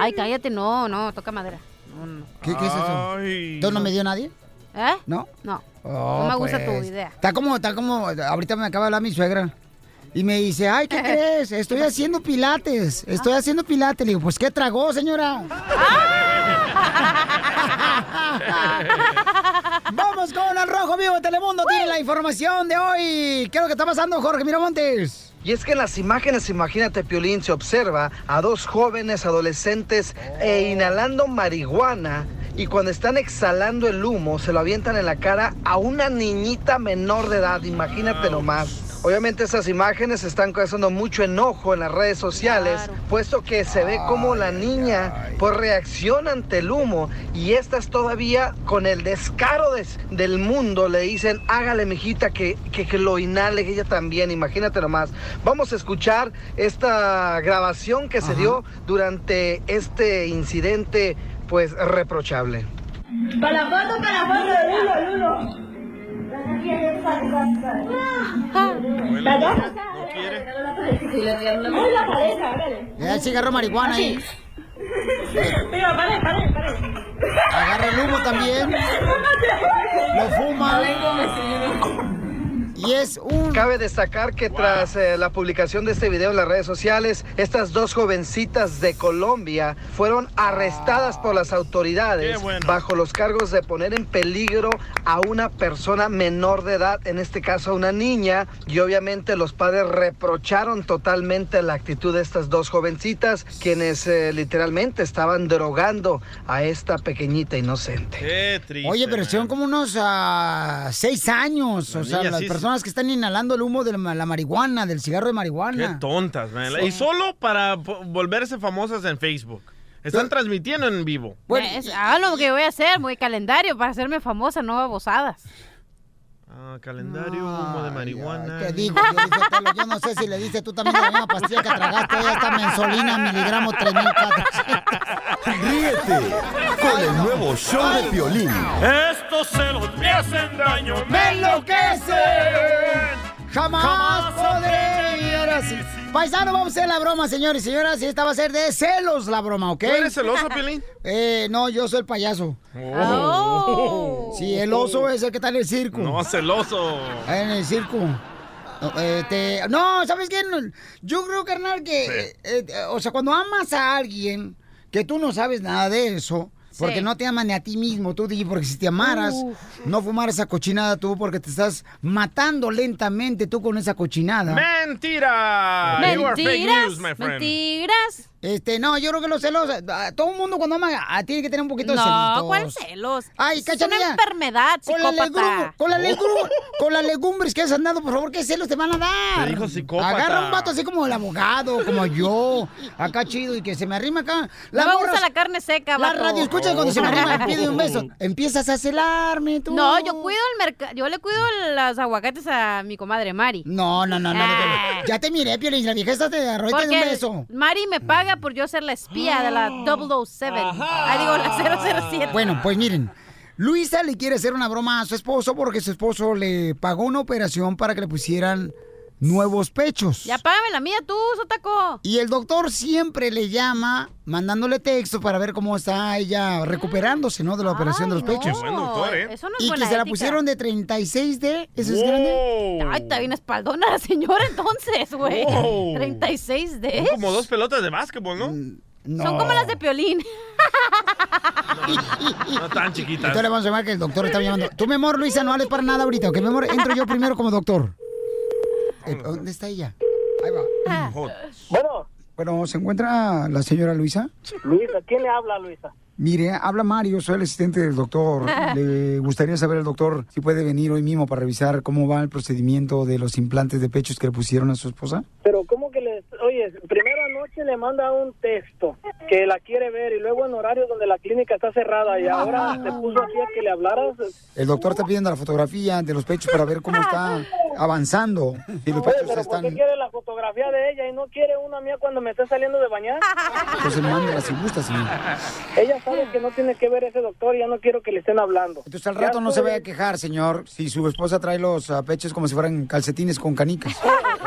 [SPEAKER 4] Ay, cállate, no, no, toca madera. No, no.
[SPEAKER 2] ¿Qué, qué es eso? ¿Entonces no me dio nadie?
[SPEAKER 4] ¿Eh?
[SPEAKER 2] ¿No?
[SPEAKER 4] No.
[SPEAKER 2] Oh,
[SPEAKER 4] no me gusta tu
[SPEAKER 2] pues.
[SPEAKER 4] idea.
[SPEAKER 2] Está como, está como, ahorita me acaba de hablar mi suegra. Y me dice, ay, ¿qué crees? Estoy haciendo pilates, estoy haciendo pilates. Le digo, pues, ¿qué tragó, señora? Vamos con el Rojo Vivo de Telemundo, tiene la información de hoy. ¿Qué es lo que está pasando, Jorge Miramontes?
[SPEAKER 5] Y es que en las imágenes, imagínate, Piolín, se observa a dos jóvenes adolescentes
[SPEAKER 2] Oh.
[SPEAKER 5] eh, inhalando marihuana y cuando están exhalando el humo se lo avientan en la cara a una niñita menor de edad, imagínate nomás. Obviamente esas imágenes están causando mucho enojo en las redes sociales, puesto que se ve como la niña pues reacciona ante el humo y estas todavía con el descaro des- del mundo le dicen, hágale mijita que, que, que lo inhale ella también, imagínate nomás. Vamos a escuchar esta grabación que se dio durante este incidente pues reprochable.
[SPEAKER 15] Para la foto, para la foto.
[SPEAKER 5] ¿La dos?
[SPEAKER 15] Ay, la pareja, órale.
[SPEAKER 2] Le da el cigarro marihuana ahí.
[SPEAKER 15] Mira, pare, pare, pare.
[SPEAKER 2] Agarra el humo también. Lo fuma. Y es un...
[SPEAKER 5] Cabe destacar que tras eh, la publicación de este video en las redes sociales, estas dos jovencitas de Colombia fueron arrestadas por las autoridades bajo los cargos de poner en peligro a una persona menor de edad, en este caso a una niña, y obviamente los padres reprocharon totalmente la actitud de estas dos jovencitas, quienes eh, literalmente estaban drogando a esta pequeñita inocente.
[SPEAKER 3] Qué triste.
[SPEAKER 2] Oye, pero son como unos ah, seis años. o
[SPEAKER 3] La
[SPEAKER 2] sea,
[SPEAKER 3] niña
[SPEAKER 2] las
[SPEAKER 3] sí-
[SPEAKER 2] personas que están inhalando el humo de la, la marihuana, del cigarro de
[SPEAKER 3] Qué
[SPEAKER 2] marihuana.
[SPEAKER 3] tontas, man.
[SPEAKER 2] Sí.
[SPEAKER 3] Y solo para po- volverse famosas en Facebook. Están transmitiendo en vivo.
[SPEAKER 4] Es- ah, lo que voy a hacer, voy calendario para hacerme famosa, no babosadas.
[SPEAKER 3] Ah, calendario, humo de marihuana.
[SPEAKER 2] Te digo, yo, dije, Telo, yo no sé si le diste tú también la misma pastilla que tragaste esta mensolina miligramo 3000.
[SPEAKER 6] Ríete con el nuevo show de violín.
[SPEAKER 15] Estos celos me hacen daño, me
[SPEAKER 2] enloquecen. Jamás,
[SPEAKER 15] Jamás
[SPEAKER 2] podré vivir así. Paisano, vamos a hacer la broma, señores y señoras. Y esta va a ser de celos la broma, ¿ok?
[SPEAKER 3] ¿Tú eres celoso, Piolín?
[SPEAKER 2] Eh, no, yo soy el payaso.
[SPEAKER 3] Oh.
[SPEAKER 2] Sí, el oso es el que está en el circo.
[SPEAKER 3] No, celoso.
[SPEAKER 2] En el circo. Eh, te- no, ¿sabes qué? No, Yo creo, carnal, que... eh, eh, o sea, cuando amas a alguien que tú no sabes nada de eso... Porque
[SPEAKER 15] Sí.
[SPEAKER 2] no te amas ni a ti mismo, tú, DJ, porque si te amaras,
[SPEAKER 15] Uf.
[SPEAKER 2] no fumaras esa cochinada tú, porque te estás matando lentamente tú con esa cochinada.
[SPEAKER 3] Mentira. You are fake news, my friend.
[SPEAKER 4] mentiras.
[SPEAKER 2] Este, no, yo creo que los celos, a- todo el mundo cuando ama, a- tiene que tener un poquito de
[SPEAKER 4] No,
[SPEAKER 2] celos.
[SPEAKER 4] ¿cuál celos?
[SPEAKER 2] Ay,
[SPEAKER 4] Es una
[SPEAKER 2] cachanilla.
[SPEAKER 4] enfermedad,
[SPEAKER 2] Con la legumbre,
[SPEAKER 4] psicópata.
[SPEAKER 2] con la legumbre, con las legumbres que has andado, por favor, ¿qué celos te van a dar?
[SPEAKER 3] Te dijo psicópata.
[SPEAKER 2] Agarra un vato así como el abogado, como yo, acá chido, y que se me arrima acá.
[SPEAKER 4] No me gusta
[SPEAKER 2] morra-
[SPEAKER 4] la carne seca,
[SPEAKER 2] La
[SPEAKER 4] vato.
[SPEAKER 2] radio, escucha cuando se me arrima el pie de un beso. Empiezas a celarme, tú.
[SPEAKER 4] No, yo cuido el mercado, yo le cuido los aguacates a mi comadre Mari.
[SPEAKER 2] No, no, no, no, no, no. Ya te miré, Piolín, la vieja esta te arroita de un
[SPEAKER 4] Eh. Porque
[SPEAKER 2] beso.
[SPEAKER 4] Mari me paga por yo ser la espía de la 007. Ah, digo, la 007.
[SPEAKER 2] Bueno, pues miren. Luisa le quiere hacer una broma a su esposo porque su esposo le pagó una operación para que le pusieran nuevos pechos.
[SPEAKER 4] Ya págame la mía tú, Sotaco.
[SPEAKER 2] Y el doctor siempre le llama mandándole texto para ver cómo está ella recuperándose, ¿no? De la operación de los pechos.
[SPEAKER 4] Qué buen doctor, ¿eh? Eso no es
[SPEAKER 2] y que
[SPEAKER 4] buena
[SPEAKER 2] se la
[SPEAKER 4] ética.
[SPEAKER 2] pusieron de 36 de... ¿Eso es grande?
[SPEAKER 4] Ay, está bien espaldona la señora entonces, güey.
[SPEAKER 3] Wow.
[SPEAKER 4] 36 de...
[SPEAKER 3] Son como dos pelotas de básquetbol, ¿no?
[SPEAKER 2] Mm,
[SPEAKER 4] Son como las de Piolín.
[SPEAKER 3] No tan chiquitas.
[SPEAKER 2] Entonces le vamos a llamar que el doctor está llamando. Tú, mi amor, Luisa, no hables para nada ahorita, ¿ok? Mi amor, entro yo primero como doctor. Eh, ¿Dónde está ella? Ahí
[SPEAKER 20] Ah.
[SPEAKER 2] va.
[SPEAKER 20] Bueno.
[SPEAKER 2] Bueno, ¿se encuentra la señora Luisa?
[SPEAKER 20] Luisa, ¿quién le habla, Luisa?
[SPEAKER 2] Mire, habla Mario, soy el asistente del doctor. Le gustaría saber al doctor si puede venir hoy mismo para revisar cómo va el procedimiento de los implantes de pechos que le pusieron a su esposa.
[SPEAKER 20] Pero ¿cómo que le... Oye, primero anoche le manda un texto que la quiere ver y luego en horario donde la clínica está cerrada y ahora te puso aquí a que le hablaras.
[SPEAKER 2] El doctor está pidiendo la fotografía de los pechos para ver cómo está avanzando. Si los pechos
[SPEAKER 20] Oye, pero ¿por qué
[SPEAKER 2] están.
[SPEAKER 20] quiere la fotografía de ella y no quiere una mía cuando me esté saliendo de bañar?
[SPEAKER 2] Entonces, mándela pues, si gusta, sí.
[SPEAKER 20] Ella sabe que no tiene que ver ese doctor y ya no quiero que le estén hablando.
[SPEAKER 2] Entonces, al rato no se vaya a quejar, señor, si su esposa trae los ah, pechos como si fueran calcetines con canicas.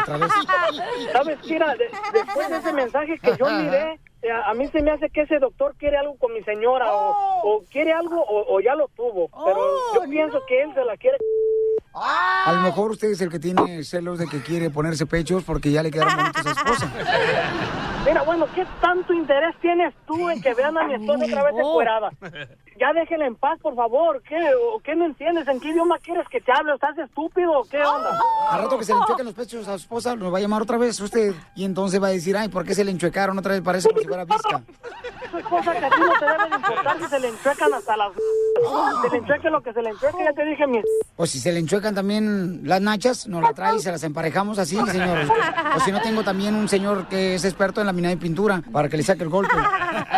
[SPEAKER 2] Otra vez.
[SPEAKER 20] ¿Sabes, Kira? De- después de ese mensaje que yo miré, eh, a, a mí se me hace que ese doctor quiere algo con mi señora o, o quiere algo o, o ya lo tuvo. Pero yo pienso que él se la quiere.
[SPEAKER 2] A lo mejor usted es el que tiene celos de que quiere ponerse pechos porque ya le quedaron bonitos a su esposa.
[SPEAKER 20] Mira, bueno, ¿qué tanto interés tienes tú en que vean a mi esposa otra vez encuerada? Ya déjela en paz, por favor. ¿Qué, o, ¿Qué no entiendes? ¿En qué idioma quieres que te hable? ¿Estás estúpido o qué onda?
[SPEAKER 2] Al rato que se le enchuequen los pechos a su esposa, lo va a llamar otra vez usted. Y entonces va a decir, ay, ¿por qué se le enchuecaron otra vez? Parece como si fuera visca.
[SPEAKER 20] Eso es cosa que a ti no te debe de importar si se le enchuecan hasta las... Se le enchueque lo que se le enchueque, ya te dije, mi...
[SPEAKER 2] O si se le enchuecan también las nachas, nos la trae y se las emparejamos así, señor. O si no, tengo también un señor que es experto en la mina de pintura para que le saque el golpe.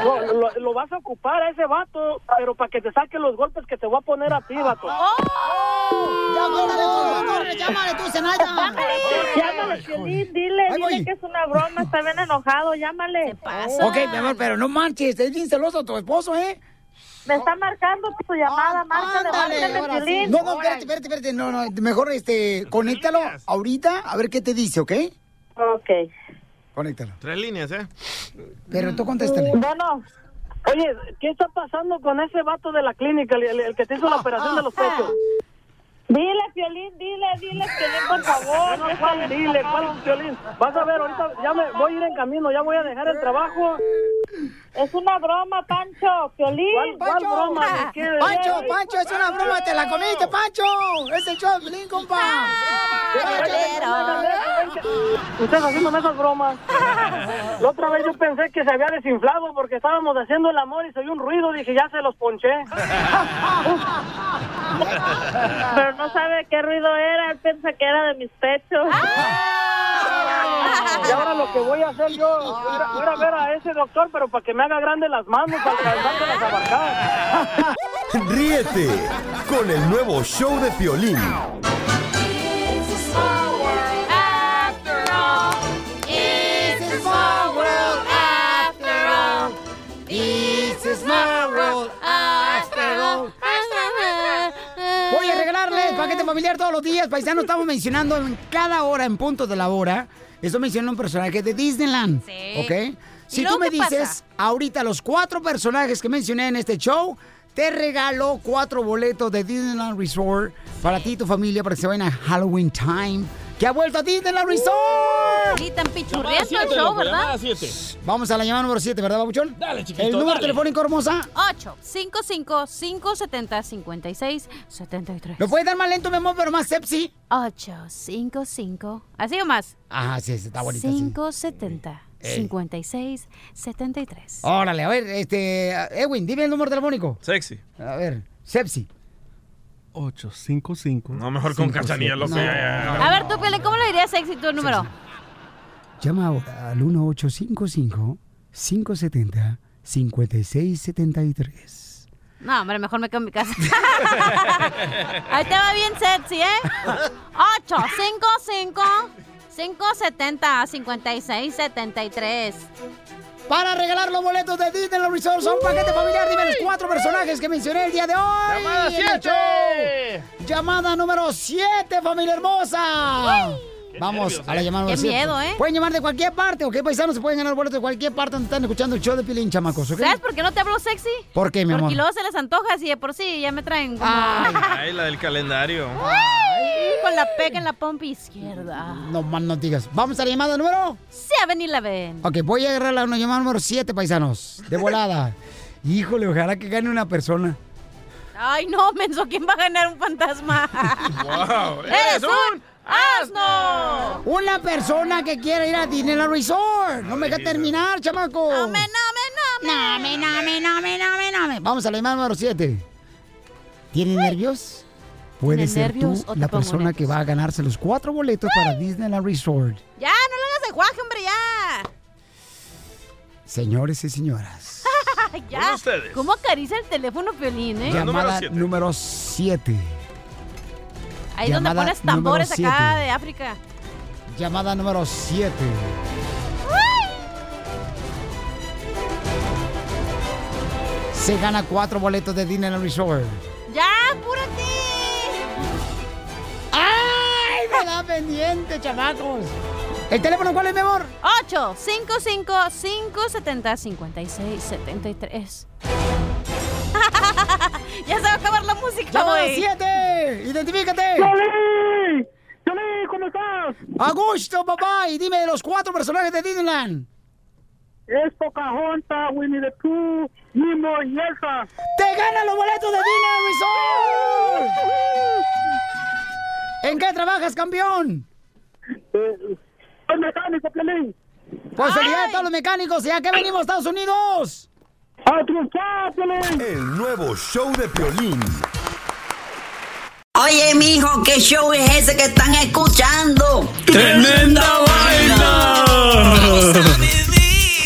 [SPEAKER 20] Lo, lo- lo vas a ocupar a ese vato, pero para que te saque los golpes que te voy a poner a ti, vato.
[SPEAKER 2] ¡Oh! ¡Ya, córrele, tú, córrele! ¡Llámale tú, Zenaida!
[SPEAKER 22] Llámale, Piolín, dile, dile que es una broma, está bien enojado, llámale. Oh. ¿Qué pasa?
[SPEAKER 2] Ok, mi amor, pero no manches, es bien celoso tu esposo, ¿eh?
[SPEAKER 22] Me está marcando su llamada, márcale, márcale,
[SPEAKER 2] Ahora sí.
[SPEAKER 22] Piolín.
[SPEAKER 2] No, no, espérate, espérate, espérate. No, no, mejor este, conéctalo ahorita a ver qué te dice, ¿ok?
[SPEAKER 22] Ok.
[SPEAKER 2] Conéctalo.
[SPEAKER 3] Tres líneas, ¿eh?
[SPEAKER 2] Pero tú contéstale.
[SPEAKER 20] Bueno.
[SPEAKER 2] Ah.
[SPEAKER 20] Oye, ¿qué está pasando con ese vato de la clínica, el, el- el que te hizo la operación de los pechos?
[SPEAKER 22] Dile, Piolín, dile, dile, Piolín, por favor.
[SPEAKER 20] No, ¿cuál dile? ¿Cuál Piolín? Vas a ver, ahorita ya me voy a ir en camino, ya voy a dejar el trabajo.
[SPEAKER 22] Es una broma, Pancho. Piolín.
[SPEAKER 20] ¿Cuál- cuál broma? ¿De qué? ¿De
[SPEAKER 2] Pancho,
[SPEAKER 20] qué?
[SPEAKER 2] Pancho, es una broma, te la comiste, Pancho. Oh, Es el show, de Piolín, compa.
[SPEAKER 20] Ustedes haciéndome esas bromas. La otra vez yo pensé que se había desinflado porque estábamos haciendo el amor y se oyó un ruido. Dije, ya se los ponché.
[SPEAKER 22] Pero no sabe qué ruido era, él piensa que era de mis pechos.
[SPEAKER 20] Y ahora lo que voy a hacer yo, voy a- voy a ver a ese doctor, pero para que me haga grande las manos, para alcanzarme las abarcadas.
[SPEAKER 6] Ríete con el nuevo show de Piolín.
[SPEAKER 15] It's a small world after all. It's a small world after all.
[SPEAKER 2] Voy a regalarles paquete familiar todos los días, paisano. Estamos mencionando en cada hora, en punto de la hora. Esto menciona un personaje de Disneyland.
[SPEAKER 15] Sí.
[SPEAKER 2] ¿Ok? Si tú
[SPEAKER 15] luego
[SPEAKER 2] me
[SPEAKER 15] qué pasa?
[SPEAKER 2] dices ahorita los cuatro personajes que mencioné en este show, te regalo cuatro boletos de Disneyland Resort para ti y tu familia para que se vayan a Halloween Time. Que ha vuelto a Disneyland Resort.
[SPEAKER 4] Sí, tan
[SPEAKER 2] Llamada
[SPEAKER 4] pichurriento el
[SPEAKER 2] siete,
[SPEAKER 4] show,
[SPEAKER 2] loco,
[SPEAKER 4] ¿verdad?
[SPEAKER 2] llamada Vamos a la llamada número 7, ¿verdad, Babuchón? Dale,
[SPEAKER 4] chiquito,
[SPEAKER 2] El número
[SPEAKER 4] dale.
[SPEAKER 2] telefónico hermosa.
[SPEAKER 4] 8 55 570 56 73.
[SPEAKER 2] ¿Lo puedes dar más lento, mi amor, pero más sepsi?
[SPEAKER 4] 8 55. ¿Así o más?
[SPEAKER 2] Ah, sí, sí, está bonito. sí.
[SPEAKER 4] 570
[SPEAKER 2] Ey.
[SPEAKER 4] 56 73.
[SPEAKER 2] Órale, a ver, este. Edwin, dime el número telefónico.
[SPEAKER 3] Sexy.
[SPEAKER 2] A ver, Sepsi.
[SPEAKER 13] 855.
[SPEAKER 3] No, mejor con Cachanilla, loco. ya, ya, ya.
[SPEAKER 4] A ver, tú, Piolín, ¿cómo le dirías éxito tu número?
[SPEAKER 2] Llama ahora al 1855-570-5673.
[SPEAKER 4] No, hombre, mejor me quedo en mi casa. Ahí te va bien sexy, ¿eh? 8 55 570 56 73.
[SPEAKER 2] Para regalar los boletos de Disneyland Resort son paquete familiar. Dime los cuatro personajes que mencioné el día de hoy.
[SPEAKER 15] Llamada
[SPEAKER 2] en el
[SPEAKER 15] siete.
[SPEAKER 2] show. Llamada número 7, familia hermosa. Vamos
[SPEAKER 15] nervios,
[SPEAKER 2] a la
[SPEAKER 15] ¿eh?
[SPEAKER 2] llamada número
[SPEAKER 15] Qué
[SPEAKER 2] siete.
[SPEAKER 15] miedo, ¿eh?
[SPEAKER 2] Pueden llamar de cualquier parte, ¿ok? Paisanos se pueden ganar boletos de cualquier parte donde están escuchando el show de Pilín, chamacos, ¿ok?
[SPEAKER 4] ¿Sabes por qué no te hablo sexy?
[SPEAKER 2] ¿Por qué, mi amor?
[SPEAKER 4] Porque luego se les antoja y de por sí ya me traen como-
[SPEAKER 3] Ay, la del calendario.
[SPEAKER 4] Ay, con la peca en la pompa izquierda.
[SPEAKER 2] No más no digas. Vamos a la llamada número.
[SPEAKER 4] Sí, a venir la ven.
[SPEAKER 2] Ok, voy a agarrar la una llamada número 7, paisanos. De volada. Híjole, ojalá que gane una persona.
[SPEAKER 4] Ay, no, menso, ¿quién va a ganar un fantasma?
[SPEAKER 2] Wow,
[SPEAKER 4] ¡Eres un asno!
[SPEAKER 2] Una persona que quiera ir a Disneyland Resort. No me deja terminar, chamaco. Name, name, name. Name, name, name, name, name. Vamos a la llamada número 7. ¿Tienen nervios? Puede
[SPEAKER 4] ¿Tienen
[SPEAKER 2] ser
[SPEAKER 4] nervios
[SPEAKER 2] tú
[SPEAKER 4] o te
[SPEAKER 2] la
[SPEAKER 4] pongo
[SPEAKER 2] persona que va a ganarse los cuatro boletos para Disneyland Resort.
[SPEAKER 4] Ya, no le hagas de guaje, hombre, ya.
[SPEAKER 2] Señores y señoras.
[SPEAKER 4] ya. ¿Cómo acaricia el teléfono, Piolín, eh?
[SPEAKER 2] Llamada número 7.
[SPEAKER 4] Ahí donde
[SPEAKER 2] llamada
[SPEAKER 4] pones tambores
[SPEAKER 2] número
[SPEAKER 4] acá
[SPEAKER 2] siete.
[SPEAKER 4] de África.
[SPEAKER 2] Llamada número 7. Se gana cuatro boletos de Disneyland Resort.
[SPEAKER 4] ¡Ya, apúrate!
[SPEAKER 2] ¡Ay, me da pendiente, chamacos! ¿El teléfono cuál es, mi amor?
[SPEAKER 4] 8 55 570 56 73. ya se va a acabar la música,
[SPEAKER 2] ¡Llamada
[SPEAKER 4] güey.
[SPEAKER 2] 7! ¡Identifícate!
[SPEAKER 20] ¡Yoli! ¡Yoli, cómo estás!
[SPEAKER 2] ¡A gusto, papá! Y dime de los cuatro personajes de Disneyland.
[SPEAKER 20] Es Pocahontas, Winnie the Pooh, Nemo y Elsa.
[SPEAKER 2] ¡Te ganan los boletos de Disneyland Resort! ¿En qué trabajas, campeón?
[SPEAKER 20] Eh, Soy mecánico, Pelín.
[SPEAKER 2] Pues felicidades a todos los mecánicos. ¿Y a qué venimos, Estados Unidos?
[SPEAKER 20] ¡A triunfar, Pelín!
[SPEAKER 6] El nuevo show de Piolín.
[SPEAKER 23] Oye, mijo, ¿qué show es ese que están escuchando?
[SPEAKER 15] ¡Tremenda vaina!